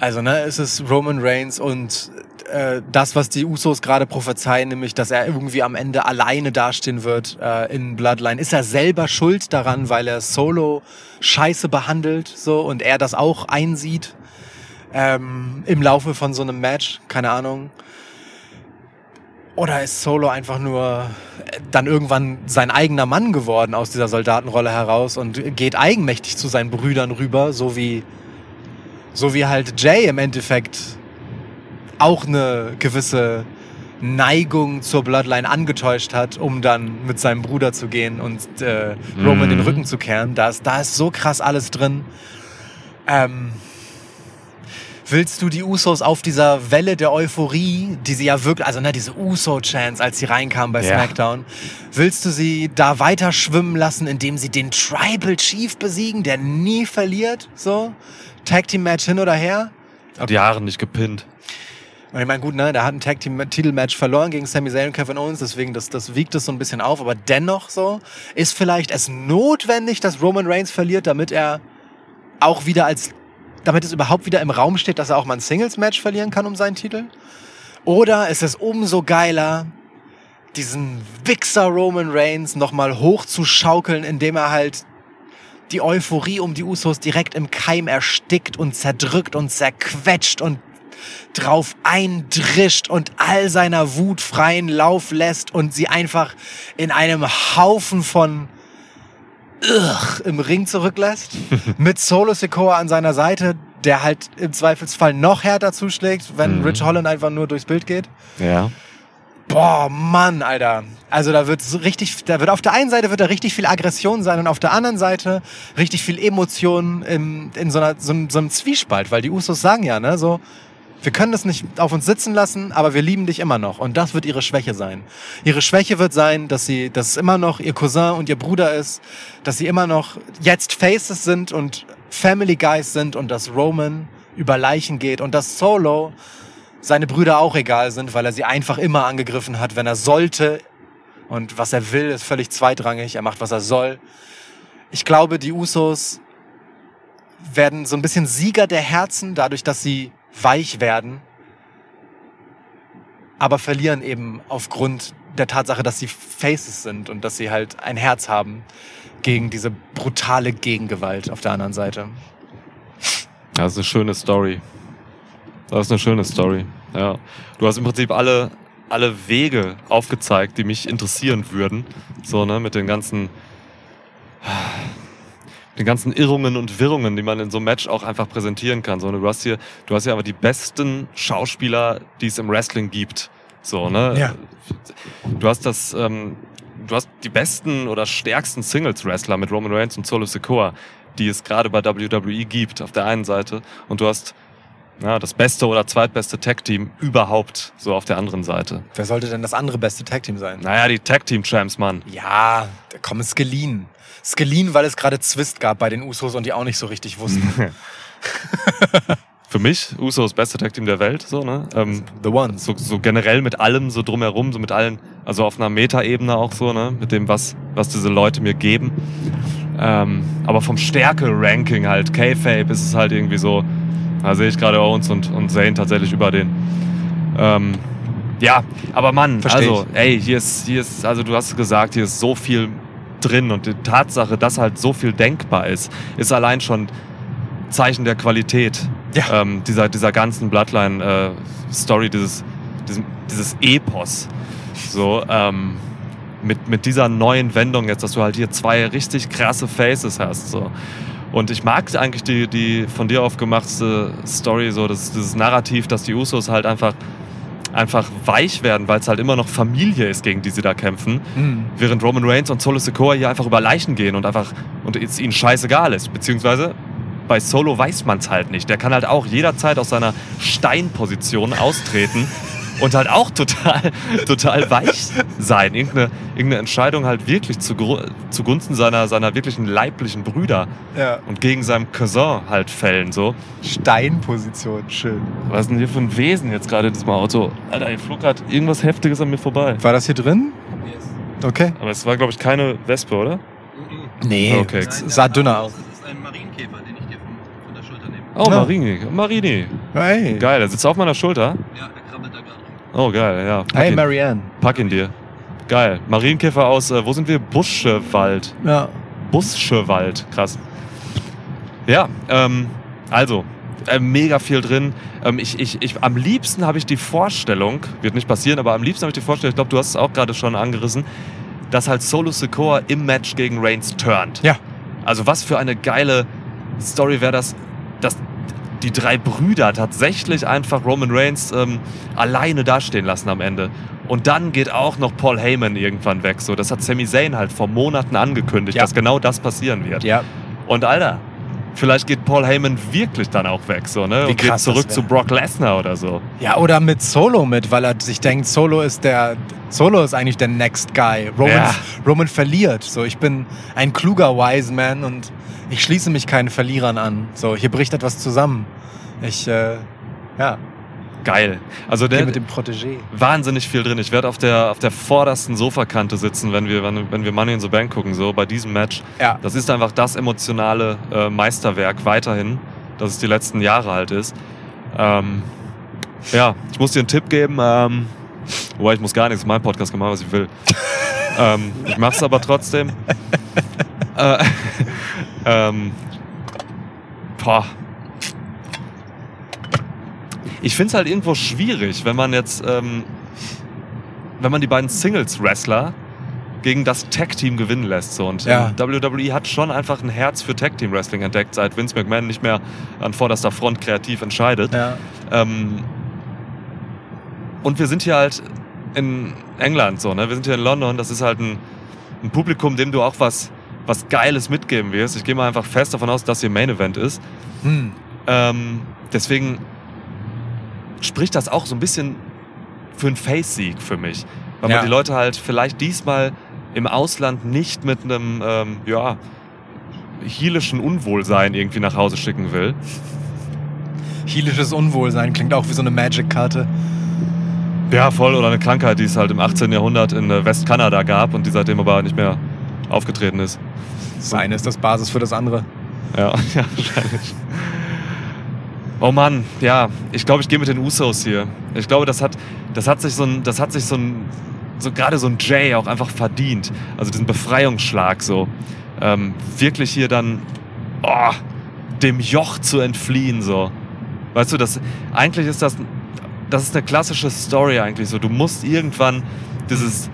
S3: Also, ne, es ist Roman Reigns und äh, das, was die Usos gerade prophezeien, nämlich, dass er irgendwie am Ende alleine dastehen wird äh, in Bloodline. Ist er selber schuld daran, weil er Solo scheiße behandelt, so, und er das auch einsieht ähm, im Laufe von so einem Match, keine Ahnung. Oder ist Solo einfach nur äh, dann irgendwann sein eigener Mann geworden aus dieser Soldatenrolle heraus und geht eigenmächtig zu seinen Brüdern rüber, so wie so wie halt Jay im Endeffekt auch eine gewisse Neigung zur Bloodline angetäuscht hat, um dann mit seinem Bruder zu gehen und äh, Roman
S4: Mhm.
S3: den Rücken zu kehren. Da ist, da ist so krass alles drin. Ähm, willst du die Usos auf dieser Welle der Euphorie, die sie ja wirklich, also ne, diese Uso-Chance, als sie reinkamen bei
S4: Ja.
S3: SmackDown, willst du sie da weiter schwimmen lassen, indem sie den Tribal Chief besiegen, der nie verliert, so? Tag Team Match hin oder her?
S4: Die Jahre nicht gepinnt.
S3: Und ich meine, gut, ne, der hat ein Tag Team Titelmatch verloren gegen Sami Zayn und Kevin Owens, deswegen das, das wiegt es so ein bisschen auf, aber dennoch so ist vielleicht es notwendig, dass Roman Reigns verliert, damit er auch wieder als damit es überhaupt wieder im Raum steht, dass er auch mal ein Singles Match verlieren kann um seinen Titel? Oder ist es umso geiler, diesen Wichser Roman Reigns nochmal hochzuschaukeln, indem er halt die Euphorie um die Usos direkt im Keim erstickt und zerdrückt und zerquetscht und drauf eindrischt und all seiner Wut freien Lauf lässt und sie einfach in einem Haufen von Ugh im Ring zurücklässt. mit Solo Sikoa an seiner Seite, der halt im Zweifelsfall noch härter zuschlägt, wenn
S4: Mhm.
S3: Rich Holland einfach nur durchs Bild geht.
S4: Ja.
S3: Boah, Mann, Alter. Also da wird so richtig, da wird auf der einen Seite wird da richtig viel Aggression sein und auf der anderen Seite richtig viel Emotionen in, in so, einer, so, einem- so einem Zwiespalt, weil die Usos sagen ja, ne, so, wir können das nicht auf uns sitzen lassen, aber wir lieben dich immer noch. Und das wird ihre Schwäche sein. Ihre Schwäche wird sein, dass sie, dass es immer noch ihr Cousin und ihr Bruder ist, dass sie immer noch jetzt Faces sind und Family Guys sind und dass Roman über Leichen geht und dass Solo seine Brüder auch egal sind, weil er sie einfach immer angegriffen hat, wenn er sollte. Und was er will, ist völlig zweitrangig. Er macht, was er soll. Ich glaube, die Usos werden so ein bisschen Sieger der Herzen, dadurch, dass sie weich werden. Aber verlieren eben aufgrund der Tatsache, dass sie Faces sind und dass sie halt ein Herz haben gegen diese brutale Gegengewalt auf der anderen Seite.
S4: Das ist eine schöne Story. Das ist eine schöne Story. Ja. Du hast im Prinzip alle, alle Wege aufgezeigt, die mich interessieren würden. So, ne, mit den ganzen, den ganzen Irrungen und Wirrungen, die man in so einem Match auch einfach präsentieren kann. So, ne, du hast hier, du hast hier aber die besten Schauspieler, die es im Wrestling gibt. So, ne?
S3: Ja.
S4: Du hast das, ähm, du hast die besten oder stärksten Singles-Wrestler mit Roman Reigns und Solo Sikoa, die es gerade bei WWE gibt, auf der einen Seite. Und du hast ja, das beste oder zweitbeste Tag-Team überhaupt, so auf der anderen Seite.
S3: Wer sollte denn das andere beste Tag-Team sein?
S4: Naja, die Tag-Team-Champs, Mann.
S3: Ja, komm, ist geliehen. Ist geliehen, weil es gerade Zwist gab bei den Usos und die auch nicht so richtig wussten.
S4: Für mich, Usos beste Tag-Team der Welt, so, ne? Ähm,
S3: The Ones.
S4: so, so generell mit allem so drumherum, so mit allen, also auf einer Metaebene auch so, ne, mit dem, was, was diese Leute mir geben. Ähm, aber vom Stärke-Ranking halt, K-Fape ist es halt irgendwie so, da sehe ich gerade Owens und, und Zane tatsächlich über den. Ähm, ja, aber Mann,
S3: Versteh
S4: also, ey, hier ist, hier ist, also du hast gesagt, hier ist so viel drin und die Tatsache, dass halt so viel denkbar ist, ist allein schon Zeichen der Qualität
S3: Ja.
S4: ähm, dieser, dieser ganzen Bloodline-Story, dieses, diesem, dieses Epos. So, ähm, mit, mit dieser neuen Wendung jetzt, dass du halt hier zwei richtig krasse Faces hast. So. Und ich mag eigentlich die, die von dir aufgemachte Story, so das, dieses Narrativ, dass die Usos halt einfach, einfach weich werden, weil es halt immer noch Familie ist, gegen die sie da kämpfen.
S3: Hm.
S4: Während Roman Reigns und Solo Sikoa hier einfach über Leichen gehen und einfach und es ihnen scheißegal ist. Beziehungsweise bei Solo weiß man es halt nicht. Der kann halt auch jederzeit aus seiner Steinposition austreten und halt auch total, total weich sein. Irgendeine, irgendeine Entscheidung halt wirklich zugru- zugunsten seiner, seiner wirklichen leiblichen Brüder
S3: Ja.
S4: und gegen seinem Cousin halt fällen. So.
S3: Steinposition, schön.
S4: Was ist denn hier für ein Wesen jetzt gerade in diesem Auto? Alter, ihr flog gerade irgendwas Heftiges an mir vorbei.
S3: War das hier drin?
S5: Yes.
S3: Okay.
S4: Aber es war, glaube ich, keine Wespe, oder?
S5: Mhm.
S3: Nee,
S4: Okay.
S3: es sah dünner aus.
S5: Das ist ein Marienkäfer, den ich dir von, von der Schulter nehme.
S4: Oh,
S3: Ja.
S4: Marini. Marini.
S3: Hey,
S4: Geil, der sitzt auf meiner Schulter.
S5: Ja, er krabbelt da gerade rum.
S4: Oh, geil, ja. Pack,
S3: hey
S4: ihn,
S3: Marianne.
S4: pack ihn dir. Geil. Marienkäfer aus, äh, wo sind wir? Buschewald.
S3: Ja.
S4: Buschewald, krass. Ja, ähm, also, äh, mega viel drin. Ähm, ich, ich, ich, am liebsten habe ich die Vorstellung, wird nicht passieren, aber am liebsten habe ich die Vorstellung, ich glaube, du hast es auch gerade schon angerissen, dass halt Solo Sikoa im Match gegen Reigns turnt.
S3: Ja.
S4: Also was für eine geile Story wäre das, dass die drei Brüder tatsächlich einfach Roman Reigns ähm, alleine dastehen lassen am Ende. Und dann geht auch noch Paul Heyman irgendwann weg. So, das hat Sami Zayn halt vor Monaten angekündigt,
S3: Ja.
S4: dass genau das passieren wird.
S3: Ja.
S4: Und Alter, vielleicht geht Paul Heyman wirklich dann auch weg, so, ne?
S3: Wie
S4: und geht
S3: krass das
S4: zurück zu
S3: wär.
S4: Brock Lesnar oder so.
S3: Ja, oder mit Solo mit, weil er sich denkt, Solo ist der Solo ist eigentlich der Next Guy. Roman,
S4: Ja.
S3: Roman verliert. So, ich bin ein kluger Wise Man und ich schließe mich keinen Verlierern an. So, hier bricht etwas zusammen. Ich äh, ja,
S4: Geil. Also
S3: gehe
S4: der,
S3: mit dem Protégé.
S4: wahnsinnig viel drin. Ich werde auf der, auf der vordersten Sofakante sitzen, wenn wir, wenn, wenn wir Money in the Bank gucken, so bei diesem Match.
S3: Ja.
S4: Das ist einfach das emotionale äh, Meisterwerk weiterhin, dass es die letzten Jahre halt ist. Ähm, ja, ich muss dir einen Tipp geben. Ähm, wobei, ich muss gar nichts. Mein Podcast kann machen, was ich will. ähm, ich mach's aber trotzdem. äh, ähm, boah. Ich find's halt irgendwo schwierig, wenn man jetzt, ähm, wenn man die beiden Singles-Wrestler gegen das Tag-Team gewinnen lässt. So. Und
S3: Ja.
S4: ähm, WWE hat schon einfach ein Herz für Tag-Team-Wrestling entdeckt, seit Vince McMahon nicht mehr an vorderster Front kreativ entscheidet.
S3: Ja.
S4: Ähm, und wir sind hier halt in England so, ne? Wir sind hier in London. Das ist halt ein, ein Publikum, dem du auch was, was Geiles mitgeben wirst. Ich gehe mal einfach fest davon aus, dass hier Main Event ist.
S3: Hm.
S4: Ähm, deswegen spricht das auch so ein bisschen für einen Face-Sieg für mich. Weil
S3: Ja.
S4: man die Leute halt vielleicht diesmal im Ausland nicht mit einem, ähm, ja, hielischen Unwohlsein irgendwie nach Hause schicken will.
S3: Chilisches Unwohlsein klingt auch wie so eine Magic-Karte.
S4: Ja, voll. Oder eine Krankheit, die es halt im 18. Jahrhundert in äh, Westkanada gab und die seitdem aber nicht mehr aufgetreten ist.
S3: Das eine ist das Basis für das andere.
S4: Ja, ja wahrscheinlich. Oh Mann, ja, ich glaube, ich gehe mit den Usos hier. Ich glaube, das hat, das hat sich so ein, das hat sich so ein, so gerade so ein Jay auch einfach verdient. Also diesen Befreiungsschlag so. Ähm, wirklich hier dann, oh, dem Joch zu entfliehen so. Weißt du, das, eigentlich ist das, das ist eine klassische Story eigentlich so. Du musst irgendwann dieses,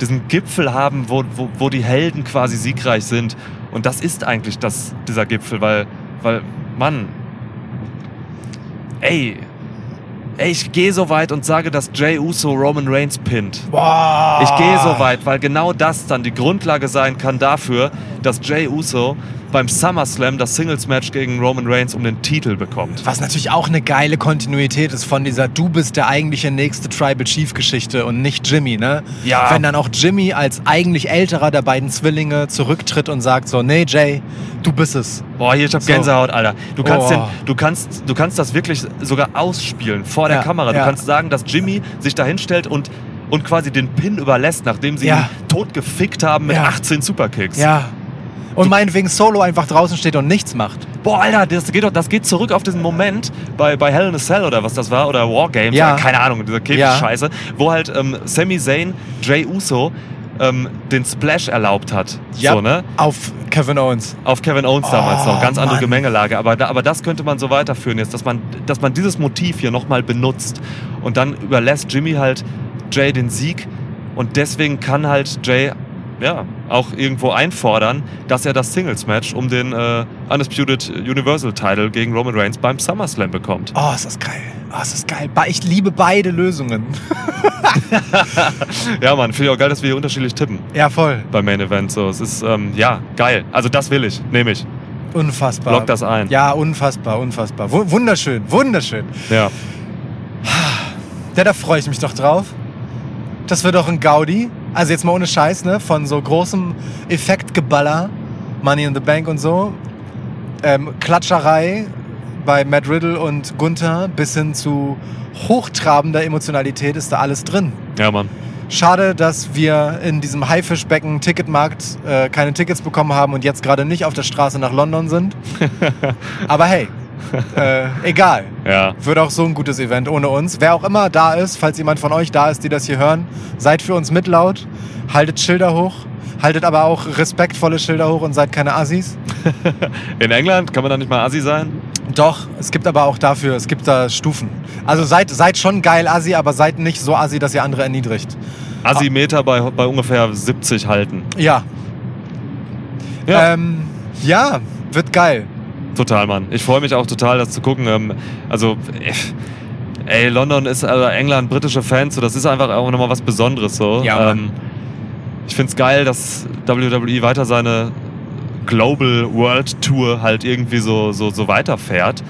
S4: diesen Gipfel haben, wo, wo, wo die Helden quasi siegreich sind. Und das ist eigentlich das, dieser Gipfel, weil, weil, Mann, ey, ey, ich gehe so weit und sage, dass Jay Uso Roman Reigns pinnt.
S3: Wow.
S4: Ich gehe
S3: Ah.
S4: so weit, weil genau das dann die Grundlage sein kann dafür, dass Jay Uso beim SummerSlam das Singles-Match gegen Roman Reigns um den Titel bekommt.
S3: Was natürlich auch eine geile Kontinuität ist von dieser Du bist der eigentliche nächste Tribal Chief Geschichte und nicht Jimmy, ne?
S4: Ja.
S3: Wenn dann auch Jimmy als eigentlich älterer der beiden Zwillinge zurücktritt und sagt so, nee Jay, du bist es.
S4: Boah, hier, ich hab
S3: So.
S4: Gänsehaut, Alter. Du kannst,
S3: Oh.
S4: den, du, kannst, du kannst das wirklich sogar ausspielen vor der
S3: Ja,
S4: Kamera. Du
S3: ja.
S4: kannst sagen, dass Jimmy sich da hinstellt und, und quasi den Pin überlässt, nachdem sie
S3: Ja.
S4: ihn tot gefickt haben mit
S3: Ja.
S4: 18 Superkicks.
S3: Ja. Und meinetwegen Solo einfach draußen steht und nichts macht.
S4: Boah, Alter, das geht, doch, das geht zurück auf diesen Moment bei, bei Hell in a Cell oder was das war, oder Wargames,
S3: Ja.
S4: oder keine Ahnung, dieser Käfig-Scheiße, wo halt ähm, Sami Zayn, Jay Uso ähm, den Splash erlaubt hat. So, ne?
S3: Auf Kevin Owens.
S4: auf Kevin Owens damals
S3: Oh,
S4: noch. Ganz andere
S3: Mann.
S4: Gemengelage. Aber, da, aber das könnte man so weiterführen jetzt, dass man, dass man dieses Motiv hier nochmal benutzt. Und dann überlässt Jimmy halt Jay den Sieg. Und deswegen kann halt Jay ja, auch irgendwo einfordern, dass er das Singles-Match um den äh, Undisputed Universal Title gegen Roman Reigns beim SummerSlam bekommt.
S3: Oh, ist das geil. Oh, ist das geil. Ba- Ich liebe beide Lösungen.
S4: Ja, Mann, finde ich auch geil, dass wir hier unterschiedlich tippen
S3: Ja, voll.
S4: beim Main Event. So, es ist, ähm, ja, geil. Also das will ich, nehme ich.
S3: Unfassbar.
S4: Block das ein.
S3: Ja, unfassbar, unfassbar. Wu- Wunderschön, wunderschön.
S4: ja.
S3: Ja, da freue ich mich doch drauf. Das wird doch ein Gaudi. Also jetzt mal ohne Scheiß, ne? Von so großem Effektgeballer, Money in the Bank und so. Ähm, Klatscherei bei Matt Riddle und Gunther bis hin zu hochtrabender Emotionalität ist da alles drin.
S4: ja, Mann.
S3: Schade, dass wir in diesem Haifischbecken Ticketmarkt äh, keine Tickets bekommen haben und jetzt gerade nicht auf der Straße nach London sind. Aber hey, äh, egal.
S4: Ja.
S3: Wird auch so ein gutes Event ohne uns. Wer auch immer da ist, falls jemand von euch da ist, die das hier hören, seid für uns mitlaut, haltet Schilder hoch, haltet aber auch respektvolle Schilder hoch und seid keine Assis.
S4: In England kann man da nicht mal Assi sein?
S3: Doch, es gibt aber auch dafür, es gibt da Stufen. Also seid, seid schon geil Assi, aber seid nicht so Assi, dass ihr andere erniedrigt.
S4: Assi-Meter bei, bei ungefähr 70 halten.
S3: Ja.
S4: Ja.
S3: Ähm, ja, wird geil.
S4: Total, Mann. Ich freue mich auch total, das zu gucken. Ähm, also, äh, ey, London ist, also England, britische Fans, so, das ist einfach auch nochmal was Besonderes. So.
S3: Ja, Mann.
S4: ähm, ich find's geil, dass WWE weiter seine Global World Tour halt irgendwie so, so, so weiterfährt.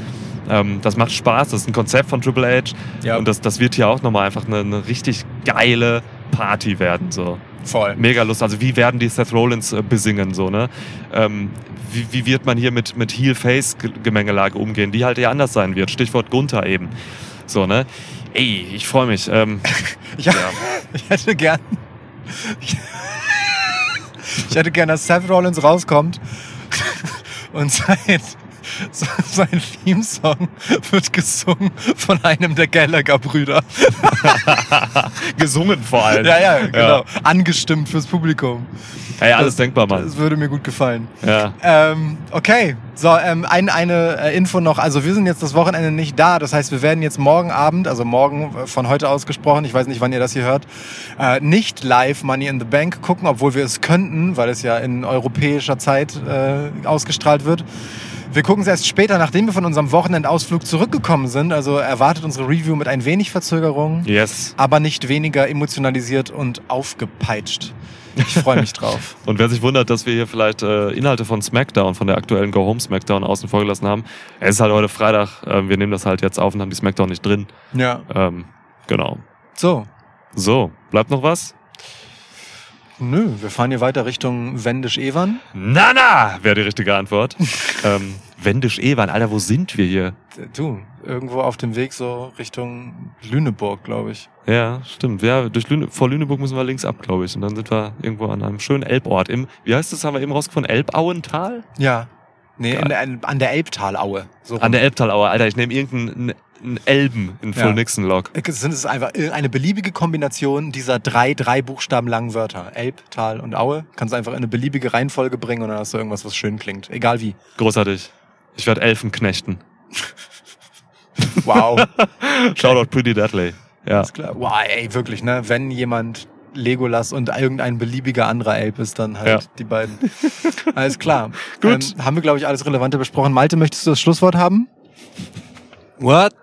S4: Ähm, das macht Spaß, das ist ein Konzept von Triple H.
S3: Ja,
S4: Und das, das wird hier auch nochmal einfach eine, eine richtig geile Party werden. So.
S3: voll.
S4: Mega Lust. Also wie werden die Seth Rollins äh, besingen so ne? Ähm, wie, wie wird man hier mit mit Heel Face Gemengelage umgehen, die halt eher anders sein wird. Stichwort Gunther eben. So ne? Ey, ich freue mich. Ähm,
S3: Ja,
S4: ja.
S3: ich hätte gern. Ich hätte gern, dass Seth Rollins rauskommt und sein, sein Theme-Song wird gesungen von einem der Gallagher-Brüder.
S4: Gesungen vor allem.
S3: Ja, ja, genau. Angestimmt fürs Publikum.
S4: Ey, alles denkbar, Mann.
S3: Das würde mir gut gefallen.
S4: Ja.
S3: Ähm, okay, so ähm, ein, eine äh, Info noch. Also wir sind jetzt das Wochenende nicht da. Das heißt, wir werden jetzt morgen Abend, also morgen äh, von heute aus gesprochen, ich weiß nicht, wann ihr das hier hört, äh, nicht live Money in the Bank gucken, obwohl wir es könnten, weil es ja in europäischer Zeit äh, ausgestrahlt wird. Wir gucken es erst später, nachdem wir von unserem Wochenendausflug zurückgekommen sind. Also erwartet unsere Review mit ein wenig Verzögerung,
S4: Yes.
S3: aber nicht weniger emotionalisiert und aufgepeitscht. Ich freue mich drauf.
S4: Und wer sich wundert, dass wir hier vielleicht äh, Inhalte von SmackDown, von der aktuellen Go Home SmackDown außen vor gelassen haben. Es ist halt heute Freitag. Ähm, wir nehmen das halt jetzt auf und haben die SmackDown nicht drin.
S3: Ja.
S4: Ähm, genau.
S3: So,
S4: So, bleibt noch was?
S3: Nö, wir fahren hier weiter Richtung Wendisch-Evern.
S4: Na, na, wäre die richtige Antwort. ähm, Wendisch Ewan, Alter, wo sind wir hier?
S3: Du, irgendwo auf dem Weg so Richtung Lüneburg, glaube ich.
S4: Ja, stimmt. Ja, durch Lüne, vor Lüneburg müssen wir links ab, glaube ich. Und dann sind wir irgendwo an einem schönen Elbort. Im, wie heißt das, haben wir eben rausgefunden? Elbauental?
S3: Ja. Nee,
S4: Geil.
S3: in, der- an der Elbtalaue. So
S4: An der Elbtalauer, Alter, ich nehme irgendeinen einen Elben in
S3: Ja.
S4: Full Nixon Log.
S3: Elb sind es einfach eine beliebige Kombination dieser drei, drei Buchstaben langen Wörter. Elb, Tal und Aue. Kannst du einfach in eine beliebige Reihenfolge bringen und dann hast du irgendwas, was schön klingt. Egal wie.
S4: Großartig. Ich werde Elfen knechten.
S3: Wow.
S4: Shoutout Pretty Deadly. Ja.
S3: Ist klar. Wow, ey, wirklich, ne? Wenn jemand Legolas und irgendein beliebiger anderer Elb ist, dann halt
S4: Ja.
S3: die beiden. Alles klar.
S4: Gut.
S3: Ähm, haben wir, glaube ich, alles Relevante besprochen. Malte, möchtest du das Schlusswort haben?
S5: What?